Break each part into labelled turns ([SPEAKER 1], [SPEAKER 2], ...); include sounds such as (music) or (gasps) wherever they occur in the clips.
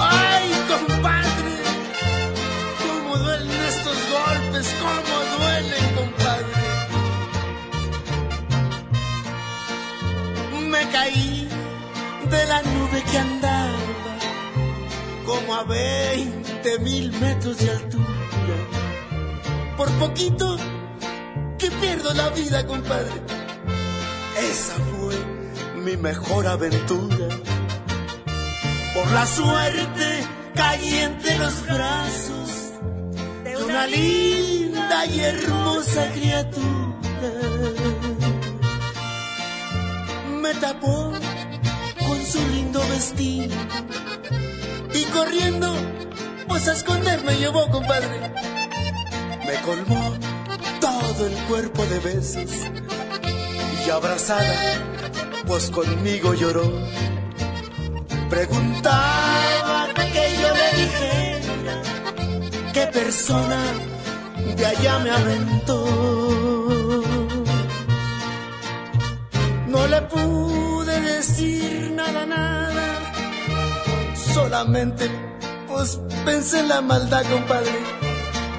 [SPEAKER 1] ¡Ay, compadre! ¿Cómo duelen estos golpes? ¿Cómo duelen, compadre? Me caí de la nube que andaba como a 20 mil metros de altura. Por poquito que pierdo la vida, compadre. Esa fue mi mejor aventura. Por la suerte caí entre los brazos de una linda y hermosa criatura. Me tapó con su lindo vestido y corriendo, pues a esconder me llevó, compadre. Me colmó todo el cuerpo de besos y abrazada, pues conmigo lloró preguntaba que yo le dijera qué persona de allá me aventó. No le pude decir nada, nada, solamente pues pensé en la maldad, compadre.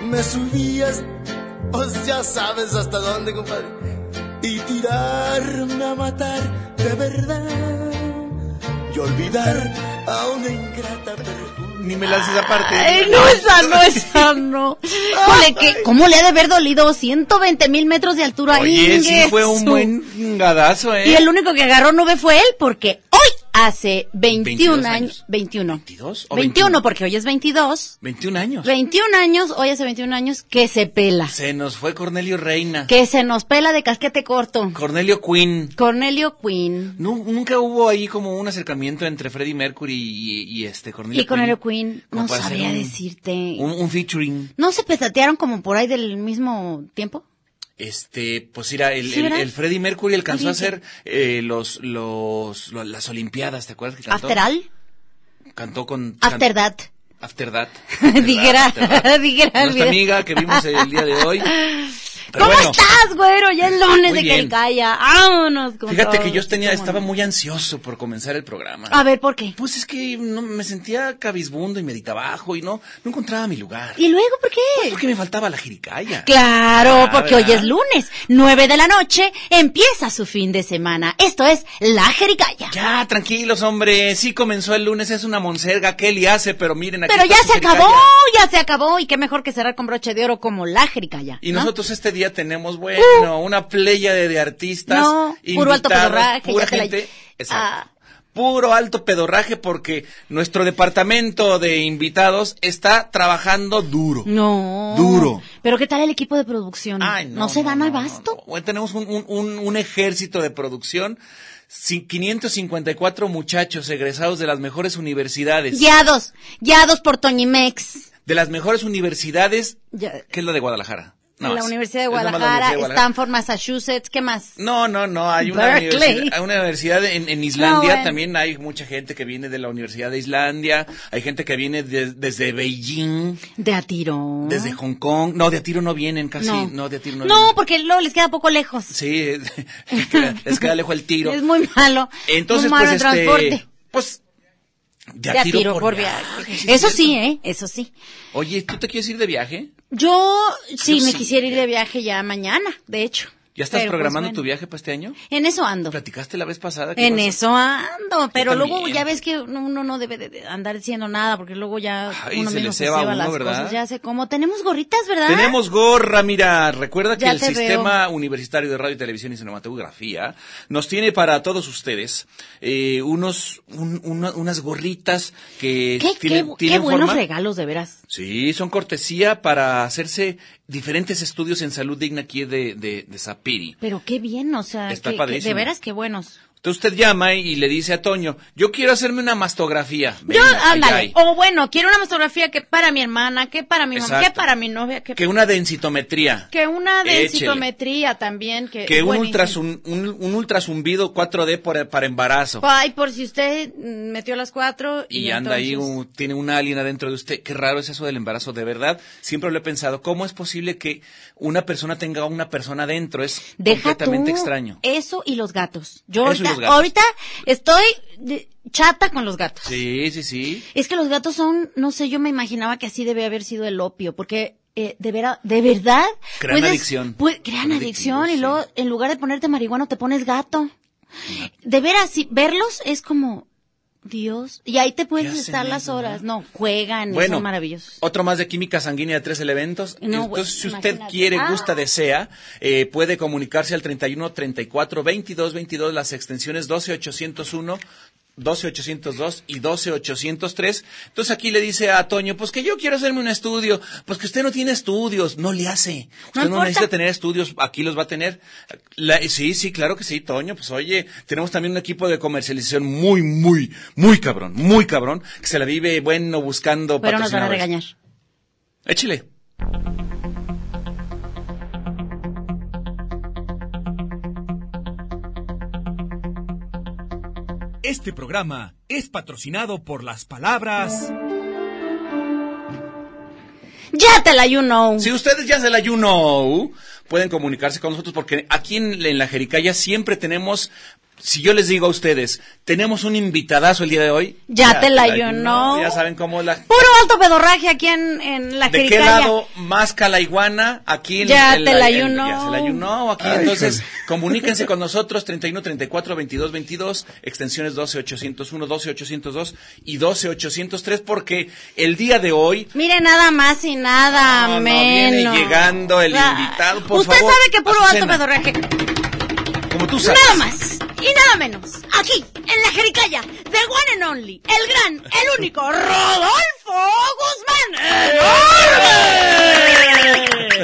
[SPEAKER 1] Me subías, pues ya sabes hasta dónde, compadre, y tirarme a matar de verdad y olvidar a una ingrata perjura.
[SPEAKER 2] Ni me lances aparte.
[SPEAKER 3] Ay, no, esa (laughs) no, esa no. Híjole, que- ¿Cómo le ha de haber dolido? 120 mil metros de altura.
[SPEAKER 2] Oye, sí fue un
[SPEAKER 3] Ingesu.
[SPEAKER 2] buen chingadazo, ¿eh?
[SPEAKER 3] Y el único que agarró nube fue él porque hoy hace 21
[SPEAKER 2] 22
[SPEAKER 3] años.
[SPEAKER 2] años.
[SPEAKER 3] 21.
[SPEAKER 2] ¿22
[SPEAKER 3] 21,
[SPEAKER 2] o 21?
[SPEAKER 3] porque hoy es 22.
[SPEAKER 2] 21 años.
[SPEAKER 3] 21 años, hoy hace 21 años que se pela.
[SPEAKER 2] Se nos fue Cornelio Reina.
[SPEAKER 3] Que se nos pela de casquete corto.
[SPEAKER 2] Cornelio Quinn.
[SPEAKER 3] Cornelio Quinn.
[SPEAKER 2] Nu- nunca hubo ahí como un acercamiento entre Freddie Mercury y, y este Cornelio
[SPEAKER 3] Y Cornelio Quinn,
[SPEAKER 2] Como
[SPEAKER 3] no
[SPEAKER 2] para hacer
[SPEAKER 3] sabría
[SPEAKER 2] un-
[SPEAKER 3] decirte.
[SPEAKER 2] Un, un featuring.
[SPEAKER 3] ¿No se pesatearon como por ahí del mismo tiempo?
[SPEAKER 2] Este, pues mira, el,
[SPEAKER 3] Sí,
[SPEAKER 2] el-
[SPEAKER 3] ¿verdad?
[SPEAKER 2] el Freddie Mercury alcanzó
[SPEAKER 3] Oye,
[SPEAKER 2] a hacer eh, los, los, lo- las Olimpiadas, ¿te acuerdas que cantó?
[SPEAKER 3] After All,
[SPEAKER 2] Cantó con... can-
[SPEAKER 3] After (laughs) That.
[SPEAKER 2] After That.
[SPEAKER 3] Dijera-
[SPEAKER 2] After
[SPEAKER 3] (laughs)
[SPEAKER 2] That.
[SPEAKER 3] dijera el
[SPEAKER 2] Nuestra
[SPEAKER 3] video.
[SPEAKER 2] amiga que vimos el día de
[SPEAKER 3] (laughs)
[SPEAKER 2] hoy. Pero
[SPEAKER 3] ¿Cómo
[SPEAKER 2] bueno,
[SPEAKER 3] estás, güero? Ya es lunes
[SPEAKER 2] Muy
[SPEAKER 3] de
[SPEAKER 2] bien.
[SPEAKER 3] Caricaya. Vámonos con
[SPEAKER 2] Fíjate
[SPEAKER 3] todo.
[SPEAKER 2] que yo tenía,
[SPEAKER 3] ¿Cómo
[SPEAKER 2] estaba
[SPEAKER 3] no?
[SPEAKER 2] muy ansioso por comenzar el programa.
[SPEAKER 3] A ver, ¿por qué?
[SPEAKER 2] Pues es que no, me sentía cabizbundo y meditabajo y no, no encontraba mi lugar.
[SPEAKER 3] ¿Y luego por qué?
[SPEAKER 2] Pues Porque me faltaba la jiricaya.
[SPEAKER 3] Claro,
[SPEAKER 2] Ah,
[SPEAKER 3] porque hoy
[SPEAKER 2] ¿verdad?
[SPEAKER 3] es lunes, 9 de la noche, empieza su fin de semana. Esto es La Jericaya.
[SPEAKER 2] Ya, tranquilos, hombre. Sí comenzó el lunes, es una monserga. ¿Qué le hace? Pero miren aquí.
[SPEAKER 3] Pero
[SPEAKER 2] está
[SPEAKER 3] ya
[SPEAKER 2] su
[SPEAKER 3] se
[SPEAKER 2] jericaya.
[SPEAKER 3] acabó, ya se acabó. Y qué mejor que cerrar con broche de oro como La Jericaya.
[SPEAKER 2] Y
[SPEAKER 3] ¿no? Uh.
[SPEAKER 2] nosotros este día tenemos, bueno, una playa de, de artistas.
[SPEAKER 3] No, puro alto
[SPEAKER 2] invitados,
[SPEAKER 3] pedorraje,
[SPEAKER 2] Pura
[SPEAKER 3] ya te la-
[SPEAKER 2] gente. Exacto.
[SPEAKER 3] Ah.
[SPEAKER 2] Puro alto pedorraje porque nuestro departamento de invitados está trabajando duro.
[SPEAKER 3] Mm. No.
[SPEAKER 2] Duro.
[SPEAKER 3] Pero ¿qué tal el equipo de producción?
[SPEAKER 2] Ay,
[SPEAKER 3] no, se dan al
[SPEAKER 2] no,
[SPEAKER 3] basto?
[SPEAKER 2] no. Bueno, Tenemos un, un- un- un ejército de producción, cin- 554 muchachos egresados de las mejores universidades.
[SPEAKER 3] Guiados, guiados por Toñimex.
[SPEAKER 2] De las mejores universidades,
[SPEAKER 3] Ya-
[SPEAKER 2] que es la de Guadalajara. No,
[SPEAKER 3] la
[SPEAKER 2] es-
[SPEAKER 3] Universidad de
[SPEAKER 2] es nomás la
[SPEAKER 3] Guadalajara,
[SPEAKER 2] Universidad de Guadalajara.
[SPEAKER 3] Stanford, Massachusetts, ¿qué más?
[SPEAKER 2] No, no, no, hay una
[SPEAKER 3] Berkeley.
[SPEAKER 2] universidad, hay una universidad en, en Islandia,
[SPEAKER 3] bueno.
[SPEAKER 2] también hay mucha gente que viene de la Universidad de Islandia, hay gente que viene de- desde Beijing,
[SPEAKER 3] De a tiro.
[SPEAKER 2] desde Hong Kong, no, de a tiro no vienen casi, no,
[SPEAKER 3] Ah. no.
[SPEAKER 2] de a tiro no,
[SPEAKER 3] No,
[SPEAKER 2] vienen.
[SPEAKER 3] porque luego les queda poco lejos.
[SPEAKER 2] Sí, es- les queda- les queda lejos el tiro.
[SPEAKER 3] Es muy malo.
[SPEAKER 2] Entonces,
[SPEAKER 3] muy malo
[SPEAKER 2] pues,
[SPEAKER 3] el
[SPEAKER 2] este,
[SPEAKER 3] transporte.
[SPEAKER 2] pues, de a
[SPEAKER 3] De a
[SPEAKER 2] tiro, por,
[SPEAKER 3] viaje.
[SPEAKER 2] viaje.
[SPEAKER 3] Eso sí, ¿eh? Eso sí.
[SPEAKER 2] Oye, ¿tú te quieres ir de viaje?
[SPEAKER 3] Yo sí
[SPEAKER 2] Yo
[SPEAKER 3] me
[SPEAKER 2] sí.
[SPEAKER 3] quisiera ir de viaje ya mañana, de hecho.
[SPEAKER 2] ¿Ya estás
[SPEAKER 3] Pero, pues,
[SPEAKER 2] programando
[SPEAKER 3] bueno.
[SPEAKER 2] tu viaje para este año?
[SPEAKER 3] En eso ando.
[SPEAKER 2] ¿Platicaste la vez pasada? que
[SPEAKER 3] En
[SPEAKER 2] ibas a-
[SPEAKER 3] eso ando, pero luego
[SPEAKER 2] también.
[SPEAKER 3] ya ves que uno uno no debe de- de andar diciendo nada porque luego ya
[SPEAKER 2] Ay,
[SPEAKER 3] uno
[SPEAKER 2] se
[SPEAKER 3] mismo
[SPEAKER 2] le
[SPEAKER 3] se
[SPEAKER 2] ceba a
[SPEAKER 3] ceba
[SPEAKER 2] uno,
[SPEAKER 3] las
[SPEAKER 2] ¿verdad?
[SPEAKER 3] cosas. Ya sé cómo tenemos gorritas, ¿verdad?
[SPEAKER 2] Tenemos gorra, mira, recuerda que
[SPEAKER 3] Ya
[SPEAKER 2] el
[SPEAKER 3] te
[SPEAKER 2] Sistema Universitario de Radio y Televisión y Cinematografía nos tiene para todos ustedes eh, unos un- una- unas gorritas que
[SPEAKER 3] Qué,
[SPEAKER 2] tienen,
[SPEAKER 3] qué- qué
[SPEAKER 2] tienen
[SPEAKER 3] buenos
[SPEAKER 2] forma.
[SPEAKER 3] regalos, de veras.
[SPEAKER 2] Sí, son cortesía para hacerse diferentes estudios en salud digna aquí de, de, de Zapiri.
[SPEAKER 3] Pero qué bien, o sea, que-
[SPEAKER 2] Está
[SPEAKER 3] que- de
[SPEAKER 2] padrísimo.
[SPEAKER 3] veras qué buenos.
[SPEAKER 2] Entonces usted llama y, y le dice a Toño, yo quiero hacerme una mastografía.
[SPEAKER 3] Yo,
[SPEAKER 2] Venga, allá
[SPEAKER 3] ándale. Oh,
[SPEAKER 2] hay.
[SPEAKER 3] O bueno, quiero una mastografía que para mi hermana, que para mi mamá, que
[SPEAKER 2] Exacto.
[SPEAKER 3] para mi novia, que,
[SPEAKER 2] Que una densitometría.
[SPEAKER 3] que una
[SPEAKER 2] Échele.
[SPEAKER 3] densitometría también. Que,
[SPEAKER 2] Que un,
[SPEAKER 3] buenísimo.
[SPEAKER 2] ultrasun- un, un ultrasumbido 4D por- para embarazo.
[SPEAKER 3] Ay, por si usted mm, metió las cuatro.
[SPEAKER 2] y
[SPEAKER 3] Y,
[SPEAKER 2] anda ahí,
[SPEAKER 3] entonces-
[SPEAKER 2] un- tiene un alien adentro de usted. Qué raro es eso del embarazo, de verdad. Siempre lo he pensado. ¿Cómo es posible que una persona tenga una persona adentro? Es
[SPEAKER 3] Deja
[SPEAKER 2] completamente
[SPEAKER 3] tú Eh.
[SPEAKER 2] extraño.
[SPEAKER 3] Eso y los gatos. Yo
[SPEAKER 2] Eso y
[SPEAKER 3] ahorita,
[SPEAKER 2] los gatos.
[SPEAKER 3] ahorita estoy de- chata con los gatos.
[SPEAKER 2] Sí, sí, sí.
[SPEAKER 3] Es que los gatos son, no sé, yo me imaginaba que así debía haber sido el opio, porque eh, de, vera- de verdad...
[SPEAKER 2] Crean adicción.
[SPEAKER 3] pue- crean
[SPEAKER 2] Son
[SPEAKER 3] adicción y
[SPEAKER 2] adictivos,
[SPEAKER 3] luego en lugar de ponerte marihuano te pones gato. De veras, sí, verlos es como... Dios, y ahí te puedes
[SPEAKER 2] hacen
[SPEAKER 3] estar las
[SPEAKER 2] ellos,
[SPEAKER 3] horas. No, juegan, y
[SPEAKER 2] Bueno,
[SPEAKER 3] son maravillosos.
[SPEAKER 2] otro más de química sanguínea de tres elementos.
[SPEAKER 3] No, güey,
[SPEAKER 2] Entonces, si usted
[SPEAKER 3] imagínate.
[SPEAKER 2] quiere,
[SPEAKER 3] Ah.
[SPEAKER 2] gusta, desea, eh, puede comunicarse al 31 34 22 22, las extensiones 12 801. 12802 y 12803. Entonces aquí le dice a Toño, pues que yo quiero hacerme un estudio, pues que usted no tiene estudios, no le hace.
[SPEAKER 3] No
[SPEAKER 2] Usted no,
[SPEAKER 3] importa.
[SPEAKER 2] necesita tener estudios, aquí los va a tener. La- sí, sí, claro que sí, Toño, pues oye, tenemos también un equipo de comercialización muy, muy, muy cabrón, muy cabrón, que se la vive, bueno, buscando
[SPEAKER 3] Pero nos van a
[SPEAKER 2] patrocinadores.
[SPEAKER 3] regañar.
[SPEAKER 2] Échale.
[SPEAKER 4] Este programa es patrocinado por las palabras.
[SPEAKER 3] Ya te la you know.
[SPEAKER 2] Si ustedes ya se la you know, pueden comunicarse con nosotros porque aquí en, en la Jericaya siempre tenemos, si yo les digo a ustedes, tenemos un invitadazo el día de hoy.
[SPEAKER 3] Ya te la you know.
[SPEAKER 2] Ya saben cómo es la...
[SPEAKER 3] Puro alto pedorraje aquí en, en la
[SPEAKER 2] ¿De qué
[SPEAKER 3] Jericaya.
[SPEAKER 2] lado más calaiguana? Aquí en
[SPEAKER 3] Ya
[SPEAKER 2] en
[SPEAKER 3] te la
[SPEAKER 2] en-
[SPEAKER 3] you know.
[SPEAKER 2] ya se la you know aquí. Entonces, comuníquense con nosotros 31 34 22 22, extensiones 12 801, 12 802 y 12 803 porque el día de hoy
[SPEAKER 3] Mire, nada más y nada
[SPEAKER 2] Ah, No, no,
[SPEAKER 3] menos.
[SPEAKER 2] viene llegando el invitado, por
[SPEAKER 3] Usted
[SPEAKER 2] favor,
[SPEAKER 3] sabe que puro alto
[SPEAKER 2] Azucena.
[SPEAKER 3] pedorraje.
[SPEAKER 2] Como tú sabes.
[SPEAKER 3] Nada más y nada menos. Aquí, en la Jericaya, The One and Only, el gran, el único, Rodolfo Guzmán. ¡Enorme!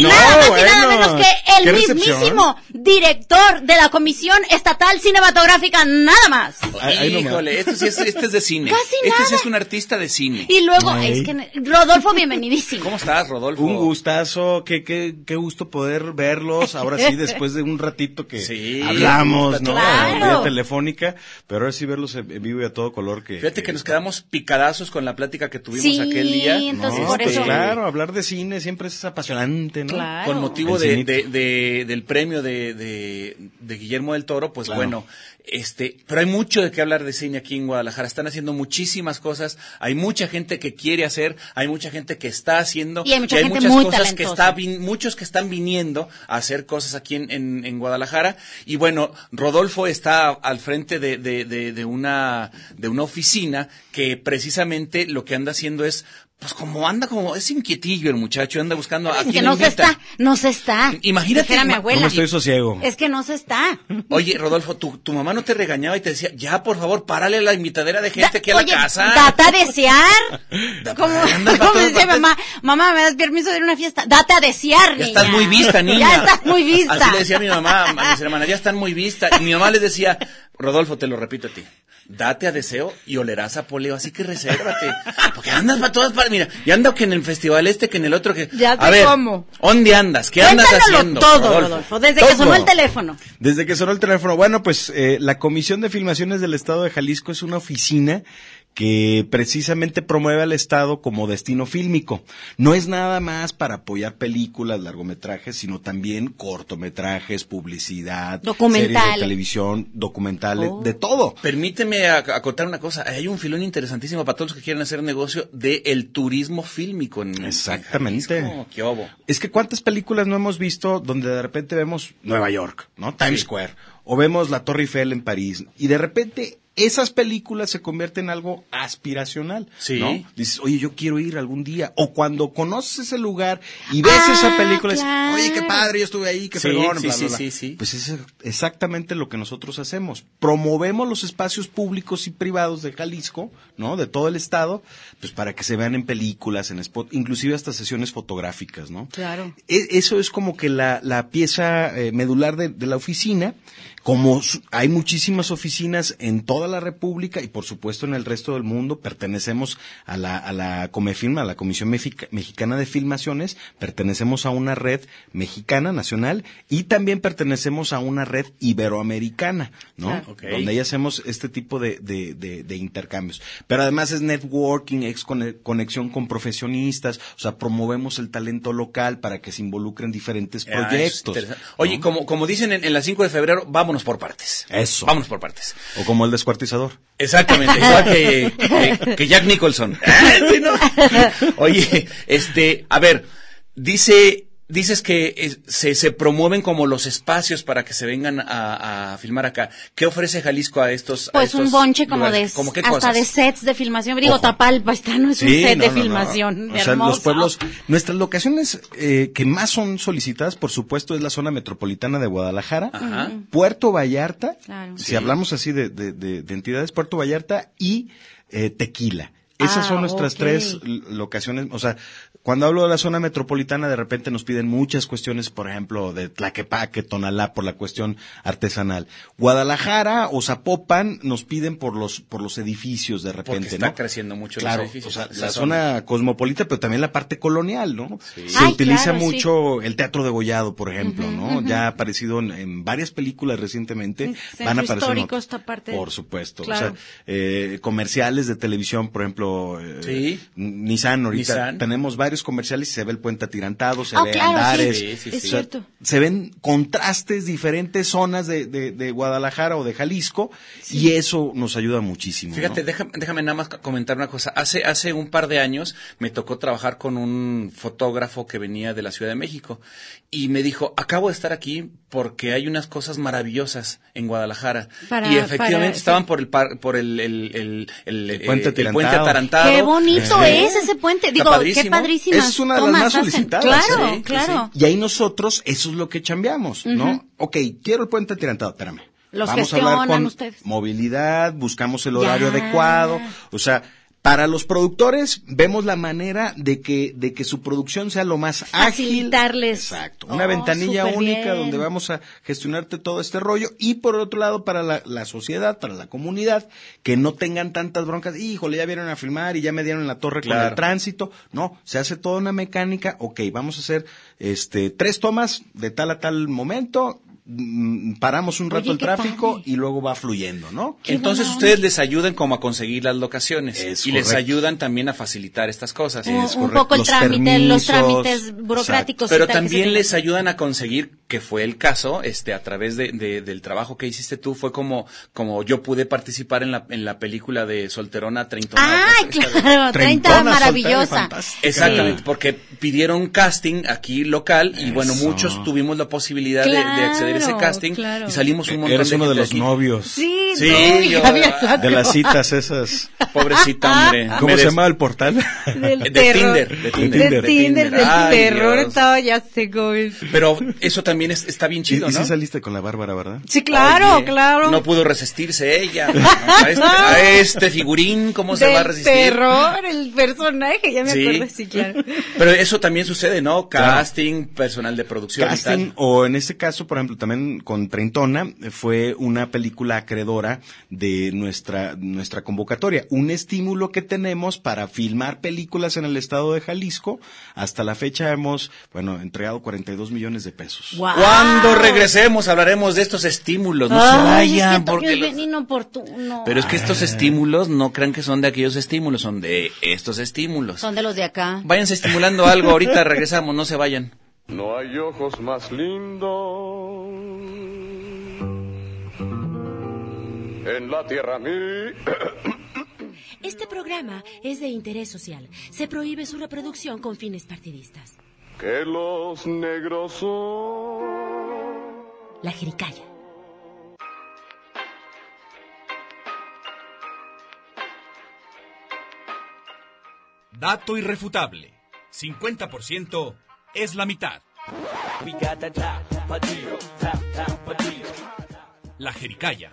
[SPEAKER 5] No,
[SPEAKER 3] nada más y nada
[SPEAKER 5] bueno,
[SPEAKER 3] menos que
[SPEAKER 5] qué
[SPEAKER 3] el
[SPEAKER 5] recepción.
[SPEAKER 3] mismísimo director de la Comisión Estatal Cinematográfica, nada más.
[SPEAKER 5] Ahí- ahí nomás.
[SPEAKER 2] Híjole, este, sí es, este es de cine.
[SPEAKER 3] Casi
[SPEAKER 2] este sí
[SPEAKER 3] nada.
[SPEAKER 2] es un artista de cine.
[SPEAKER 3] Y luego,
[SPEAKER 5] Ay.
[SPEAKER 3] es que, Rodolfo, bienvenidísimo.
[SPEAKER 2] ¿Cómo estás, Rodolfo?
[SPEAKER 5] Un gustazo, qué, qué, qué gusto poder verlos. Ahora sí, después de un ratito que
[SPEAKER 2] Sí.
[SPEAKER 5] hablamos, ¿no?
[SPEAKER 3] Claro.
[SPEAKER 5] Vía telefónica, pero ahora sí verlos en en vivo y a todo color. que
[SPEAKER 2] Fíjate que nos quedamos picadazos con la plática que tuvimos
[SPEAKER 3] Sí,
[SPEAKER 2] aquel día.
[SPEAKER 3] entonces
[SPEAKER 5] No,
[SPEAKER 3] por
[SPEAKER 5] pues
[SPEAKER 3] eso.
[SPEAKER 5] Claro, hablar de cine siempre es apasionante, ¿no?
[SPEAKER 3] Claro.
[SPEAKER 2] Con motivo
[SPEAKER 5] El
[SPEAKER 2] de,
[SPEAKER 5] cinito.
[SPEAKER 2] de- de- del premio de, de- de Guillermo del Toro, pues
[SPEAKER 5] Claro.
[SPEAKER 2] bueno, este, pero hay mucho de qué hablar de cine aquí en Guadalajara. Están haciendo muchísimas cosas, hay mucha gente que quiere hacer, hay mucha gente que está haciendo,
[SPEAKER 3] Y hay mucha gente
[SPEAKER 2] muchas
[SPEAKER 3] muy
[SPEAKER 2] cosas que
[SPEAKER 3] talentosa.
[SPEAKER 2] está, vin- muchos que están viniendo a hacer cosas aquí en, en- en Guadalajara. Y bueno, Rodolfo está al frente de, de- de- de una, de una oficina que precisamente lo que anda haciendo es pues como anda como es inquietillo el muchacho, anda buscando a
[SPEAKER 3] Es que
[SPEAKER 2] quién
[SPEAKER 3] no se
[SPEAKER 2] invitan.
[SPEAKER 3] está, no se está.
[SPEAKER 2] Ah, Imagínate,
[SPEAKER 3] Dijera mi
[SPEAKER 2] ima-
[SPEAKER 3] abuela.
[SPEAKER 5] No me estoy sosiego.
[SPEAKER 3] Es que no se está.
[SPEAKER 2] Oye, Rodolfo, tu, tu mamá no te regañaba y te decía, ya, por favor, párale a la invitadera de gente
[SPEAKER 3] Da-
[SPEAKER 2] aquí a la
[SPEAKER 3] oye,
[SPEAKER 2] casa.
[SPEAKER 3] Date a
[SPEAKER 2] (laughs)
[SPEAKER 3] desear.
[SPEAKER 2] Da-
[SPEAKER 3] Como, (laughs)
[SPEAKER 2] anda, va
[SPEAKER 3] como
[SPEAKER 2] todo-
[SPEAKER 3] decía
[SPEAKER 2] va-
[SPEAKER 3] mamá, mamá, ¿me das permiso de ir a una fiesta? Date a desear, niña.
[SPEAKER 2] Ya estás muy vista, niña.
[SPEAKER 3] Ya estás muy vista.
[SPEAKER 2] Así le decía mi mamá, a mis hermanas, ya están muy vistas. Y mi mamá les decía, Rodolfo, te lo repito a ti, date a deseo y olerás a poleo, así que resérvate. Porque andas para todas partes. Mira, ya ando que en el festival este, que en el otro, que...
[SPEAKER 3] Ya te
[SPEAKER 2] a ver,
[SPEAKER 3] como.
[SPEAKER 2] ¿dónde andas? ¿Qué andas
[SPEAKER 3] Cuéntanoslo
[SPEAKER 2] haciendo,
[SPEAKER 3] todo, Rodolfo. Desde que
[SPEAKER 5] Todo.
[SPEAKER 3] sonó el teléfono.
[SPEAKER 5] Desde que sonó el teléfono. Bueno, pues eh, la Comisión de Filmaciones del Estado de Jalisco es una oficina que precisamente promueve al Estado como destino fílmico. No es nada más para apoyar películas, largometrajes, sino también cortometrajes, publicidad,
[SPEAKER 3] Documentales.
[SPEAKER 5] series de televisión, documentales,
[SPEAKER 3] Oh.
[SPEAKER 5] de todo.
[SPEAKER 2] Permíteme ac- acotar una cosa. Hay un filón interesantísimo para todos los que quieren hacer negocio de el turismo fílmico. En,
[SPEAKER 5] Exactamente.
[SPEAKER 2] en Jalisco. ¿Qué Ah, obo?
[SPEAKER 5] Es que cuántas películas no hemos visto donde de repente vemos Nueva York, ¿no? Times Square, o vemos la Torre Eiffel en París, y de repente esas películas se convierten en algo aspiracional,
[SPEAKER 2] Sí.
[SPEAKER 5] ¿no? Dices, oye, yo quiero ir algún día, o cuando conoces ese lugar y ves
[SPEAKER 3] Ah,
[SPEAKER 5] esa película, dices,
[SPEAKER 3] claro.
[SPEAKER 5] oye, qué padre, yo estuve ahí, qué
[SPEAKER 2] Sí,
[SPEAKER 5] fregón,
[SPEAKER 2] sí,
[SPEAKER 5] bla,
[SPEAKER 2] sí,
[SPEAKER 5] bla, bla.
[SPEAKER 2] sí, sí.
[SPEAKER 5] Pues es exactamente lo que nosotros hacemos. Promovemos los espacios públicos y privados de Jalisco, ¿no? De todo el estado, pues para que se vean en películas, en spot, inclusive hasta sesiones fotográficas, ¿no?
[SPEAKER 3] Claro.
[SPEAKER 5] E- Eso es como que la, la pieza eh, medular de, de la oficina, Como su- hay muchísimas oficinas en toda la República y por supuesto en el resto del mundo, pertenecemos a la, a la Comefilm, a la Comisión Mefica- Mexicana de Filmaciones, pertenecemos a una red mexicana, nacional, y también pertenecemos a una red iberoamericana, ¿no?
[SPEAKER 3] Claro.
[SPEAKER 2] Ah, Ok.
[SPEAKER 5] Donde ahí hacemos este tipo de, de- de- de intercambios. Pero además es networking, es cone- conexión con profesionistas, o sea, promovemos el talento local para que se involucren diferentes
[SPEAKER 2] Ah, eso es
[SPEAKER 5] proyectos.
[SPEAKER 2] interesante. Oye,
[SPEAKER 5] ¿no?
[SPEAKER 2] como, como dicen en, en la 5 de febrero, vámonos por partes.
[SPEAKER 5] Eso.
[SPEAKER 2] Vámonos por partes.
[SPEAKER 5] O como el descuartizador.
[SPEAKER 2] Exactamente, igual que, que- que Jack Nicholson. Ah, sí, ¿no? Oye, este, a ver, dice, dices que es- se, se promueven como los espacios para que se vengan a, a filmar acá. ¿Qué ofrece Jalisco a estos? a
[SPEAKER 3] Pues un
[SPEAKER 2] estos
[SPEAKER 3] bonche como
[SPEAKER 2] lugares?
[SPEAKER 3] de
[SPEAKER 2] ¿Cómo qué
[SPEAKER 3] hasta
[SPEAKER 2] cosas?
[SPEAKER 3] de sets de filmación. Digo,
[SPEAKER 5] Ojo.
[SPEAKER 3] Tapalpa está, no es un
[SPEAKER 5] Sí,
[SPEAKER 3] set
[SPEAKER 5] no,
[SPEAKER 3] de
[SPEAKER 5] no, no.
[SPEAKER 3] filmación.
[SPEAKER 5] O sea, los
[SPEAKER 3] hermoso.
[SPEAKER 5] pueblos, nuestras locaciones eh, que más son solicitadas, por supuesto, es la zona metropolitana de Guadalajara,
[SPEAKER 2] Ajá.
[SPEAKER 5] Puerto Vallarta,
[SPEAKER 3] Claro.
[SPEAKER 5] si
[SPEAKER 2] Sí.
[SPEAKER 5] hablamos así de, de- de- de entidades, Puerto Vallarta y eh, Tequila. Esas
[SPEAKER 3] Ah,
[SPEAKER 5] son nuestras
[SPEAKER 3] ok.
[SPEAKER 5] tres l- locaciones, o sea, cuando hablo de la zona metropolitana, de repente nos piden muchas cuestiones, por ejemplo, de Tlaquepaque, Tonalá, por la cuestión artesanal. Guadalajara o Zapopan nos piden por los, por los edificios, de repente,
[SPEAKER 2] Porque está
[SPEAKER 5] ¿no?
[SPEAKER 2] creciendo mucho los
[SPEAKER 5] Claro,
[SPEAKER 2] edificios,
[SPEAKER 5] o sea,
[SPEAKER 2] esa
[SPEAKER 5] la
[SPEAKER 2] zona.
[SPEAKER 5] zona cosmopolita, pero también la parte colonial, ¿no? Se
[SPEAKER 3] Ay,
[SPEAKER 5] utiliza
[SPEAKER 3] claro, sí.
[SPEAKER 5] mucho el teatro degollado, por ejemplo, ¿no? Ya ha aparecido en, en varias películas recientemente.
[SPEAKER 3] Centro
[SPEAKER 5] Van a aparecer en
[SPEAKER 3] histórico
[SPEAKER 5] otras.
[SPEAKER 3] esta parte.
[SPEAKER 5] Por supuesto. O
[SPEAKER 3] Claro.
[SPEAKER 5] sea, eh, comerciales de televisión, por ejemplo, eh,
[SPEAKER 2] Sí.
[SPEAKER 5] Nissan ahorita.
[SPEAKER 2] Nissan.
[SPEAKER 5] Tenemos varios comerciales y se ve el puente atirantado, se
[SPEAKER 3] Ah,
[SPEAKER 5] ve
[SPEAKER 3] claro, sí.
[SPEAKER 5] andares.
[SPEAKER 2] Sí, sí,
[SPEAKER 3] es
[SPEAKER 2] sí.
[SPEAKER 3] cierto.
[SPEAKER 5] Se ven contrastes, diferentes zonas de, de- de Guadalajara o de Jalisco, y eso nos ayuda muchísimo. ¿no?
[SPEAKER 2] Fíjate, déjame, déjame nada más comentar una cosa. Hace, hace un par de años me tocó trabajar con un fotógrafo que venía de la Ciudad de México y me dijo, acabo de estar aquí porque hay unas cosas maravillosas en Guadalajara.
[SPEAKER 3] Para-
[SPEAKER 2] y efectivamente
[SPEAKER 3] para-
[SPEAKER 2] estaban por el par- por el, el, el, el-
[SPEAKER 5] El puente
[SPEAKER 2] eh, el puente
[SPEAKER 5] atarantado.
[SPEAKER 2] atarantado.
[SPEAKER 3] Qué bonito
[SPEAKER 2] Sí.
[SPEAKER 3] es ese puente.
[SPEAKER 2] Está
[SPEAKER 3] Digo, qué
[SPEAKER 2] padrísimo.
[SPEAKER 3] padrísimas
[SPEAKER 5] Es una de las
[SPEAKER 3] tomas
[SPEAKER 5] más
[SPEAKER 3] hacen.
[SPEAKER 5] solicitadas,
[SPEAKER 3] Claro,
[SPEAKER 2] ¿eh? sí, sí,
[SPEAKER 3] claro.
[SPEAKER 5] Y ahí nosotros, eso es lo que chambeamos, ¿no? Ok, quiero el puente atirantado, espérame.
[SPEAKER 3] Los
[SPEAKER 5] Vamos a
[SPEAKER 3] gestionan
[SPEAKER 5] hablar con
[SPEAKER 3] ustedes.
[SPEAKER 5] movilidad, buscamos el
[SPEAKER 3] Ya.
[SPEAKER 5] horario adecuado, o sea, para los productores vemos la manera de que de que su producción sea lo más ágil.
[SPEAKER 3] Facilitarles.
[SPEAKER 5] Exacto, una
[SPEAKER 3] Oh,
[SPEAKER 5] ventanilla
[SPEAKER 3] súper
[SPEAKER 5] única
[SPEAKER 3] bien.
[SPEAKER 5] donde vamos a gestionarte todo este rollo y por otro lado para la, la sociedad, para la comunidad, que no tengan tantas broncas, híjole, ya vieron a filmar y ya me dieron en la torre con el
[SPEAKER 2] Claro.
[SPEAKER 5] tránsito, no, se hace toda una mecánica, ok, vamos a hacer este tres tomas de tal a tal momento, mm, paramos un
[SPEAKER 3] Oye,
[SPEAKER 5] rato el
[SPEAKER 3] qué
[SPEAKER 5] tráfico
[SPEAKER 3] padre.
[SPEAKER 5] y luego va fluyendo, ¿no?
[SPEAKER 3] Qué
[SPEAKER 2] Entonces
[SPEAKER 3] buena
[SPEAKER 2] ustedes les ayudan como a conseguir las locaciones
[SPEAKER 5] Es
[SPEAKER 2] y les
[SPEAKER 5] correcto.
[SPEAKER 2] ayudan también a facilitar estas cosas.
[SPEAKER 3] Un,
[SPEAKER 5] Es
[SPEAKER 3] un
[SPEAKER 5] correcto.
[SPEAKER 3] poco el
[SPEAKER 5] Los
[SPEAKER 3] trámite, los
[SPEAKER 5] permisos,
[SPEAKER 3] trámites burocráticos. y
[SPEAKER 2] Pero
[SPEAKER 3] tal que se
[SPEAKER 2] también
[SPEAKER 3] tienen.
[SPEAKER 2] les ayudan a conseguir, que fue el caso, este, a través de, de- del trabajo que hiciste tú, fue como, como yo pude participar en la, en la película de Solterona Treintona.
[SPEAKER 3] Ah,
[SPEAKER 2] Pues, esta-
[SPEAKER 3] claro, 30
[SPEAKER 5] Treintona, soltera
[SPEAKER 3] maravillosa.
[SPEAKER 5] y fantástica.
[SPEAKER 2] Exactamente, porque pidieron un casting aquí local y bueno,
[SPEAKER 5] Eso.
[SPEAKER 2] muchos tuvimos la posibilidad de- de, acceder a ese
[SPEAKER 3] Claro,
[SPEAKER 2] casting
[SPEAKER 3] claro.
[SPEAKER 2] y salimos un montón
[SPEAKER 5] Eres
[SPEAKER 2] de
[SPEAKER 5] uno de
[SPEAKER 2] gente
[SPEAKER 5] los
[SPEAKER 2] aquí.
[SPEAKER 5] novios.
[SPEAKER 3] Sí,
[SPEAKER 2] Sí,
[SPEAKER 3] no, y
[SPEAKER 2] yo-
[SPEAKER 3] Javier Lazo.
[SPEAKER 5] De
[SPEAKER 3] (laughs)
[SPEAKER 5] las citas esas.
[SPEAKER 2] Pobrecita, hombre.
[SPEAKER 5] ¿Cómo
[SPEAKER 2] Me des-
[SPEAKER 5] se llama el portal?
[SPEAKER 3] Del
[SPEAKER 2] De
[SPEAKER 3] Ah, terror.
[SPEAKER 2] Tinder, de
[SPEAKER 3] De
[SPEAKER 2] Tinder.
[SPEAKER 3] Tinder,
[SPEAKER 5] De
[SPEAKER 2] Tinder.
[SPEAKER 3] del
[SPEAKER 2] Ay,
[SPEAKER 3] terror,
[SPEAKER 2] Dios.
[SPEAKER 3] estaba ya sé cómo es.
[SPEAKER 2] Pero eso también es- está bien
[SPEAKER 5] Y,
[SPEAKER 2] chido,
[SPEAKER 5] y
[SPEAKER 2] ¿no?
[SPEAKER 5] sí saliste con la Bárbara, ¿verdad?
[SPEAKER 3] Sí, claro,
[SPEAKER 2] Oye,
[SPEAKER 3] claro.
[SPEAKER 2] No pudo resistirse
[SPEAKER 3] (laughs)
[SPEAKER 2] ella. A este, a este figurín, ¿cómo se
[SPEAKER 3] Del
[SPEAKER 2] va a resistir?
[SPEAKER 3] terror, el personaje, ya me
[SPEAKER 2] Sí.
[SPEAKER 3] acuerdo, sí,
[SPEAKER 2] (laughs)
[SPEAKER 3] claro.
[SPEAKER 2] Pero eso también sucede, ¿no?
[SPEAKER 5] Claro.
[SPEAKER 2] Casting, personal de producción. y
[SPEAKER 5] Casting,
[SPEAKER 2] tal.
[SPEAKER 5] o en este caso, por ejemplo, también con Treintona, eh, fue una película acreedora de nuestra, nuestra convocatoria. Un estímulo que tenemos para filmar películas en el estado de Jalisco. Hasta la fecha hemos, bueno, entregado 42 millones de pesos.
[SPEAKER 3] Guau.
[SPEAKER 2] Cuando regresemos hablaremos de estos estímulos. No se
[SPEAKER 3] Ay, es
[SPEAKER 2] vayan.
[SPEAKER 3] que Tokio
[SPEAKER 2] porque
[SPEAKER 3] es
[SPEAKER 2] los-
[SPEAKER 3] bien inoportuno.
[SPEAKER 2] Pero es que estos estímulos no crean que son de aquellos estímulos, son de estos estímulos.
[SPEAKER 3] Son de los de acá.
[SPEAKER 2] Váyanse estimulando algo, ahorita regresamos, no se vayan.
[SPEAKER 6] No hay ojos más lindos en la tierra mí.
[SPEAKER 7] Este programa es de interés social. Se prohíbe su reproducción con fines partidistas.
[SPEAKER 6] que los negros son.
[SPEAKER 7] La Jericaya.
[SPEAKER 4] Dato irrefutable. 50% es la mitad. La jericaya.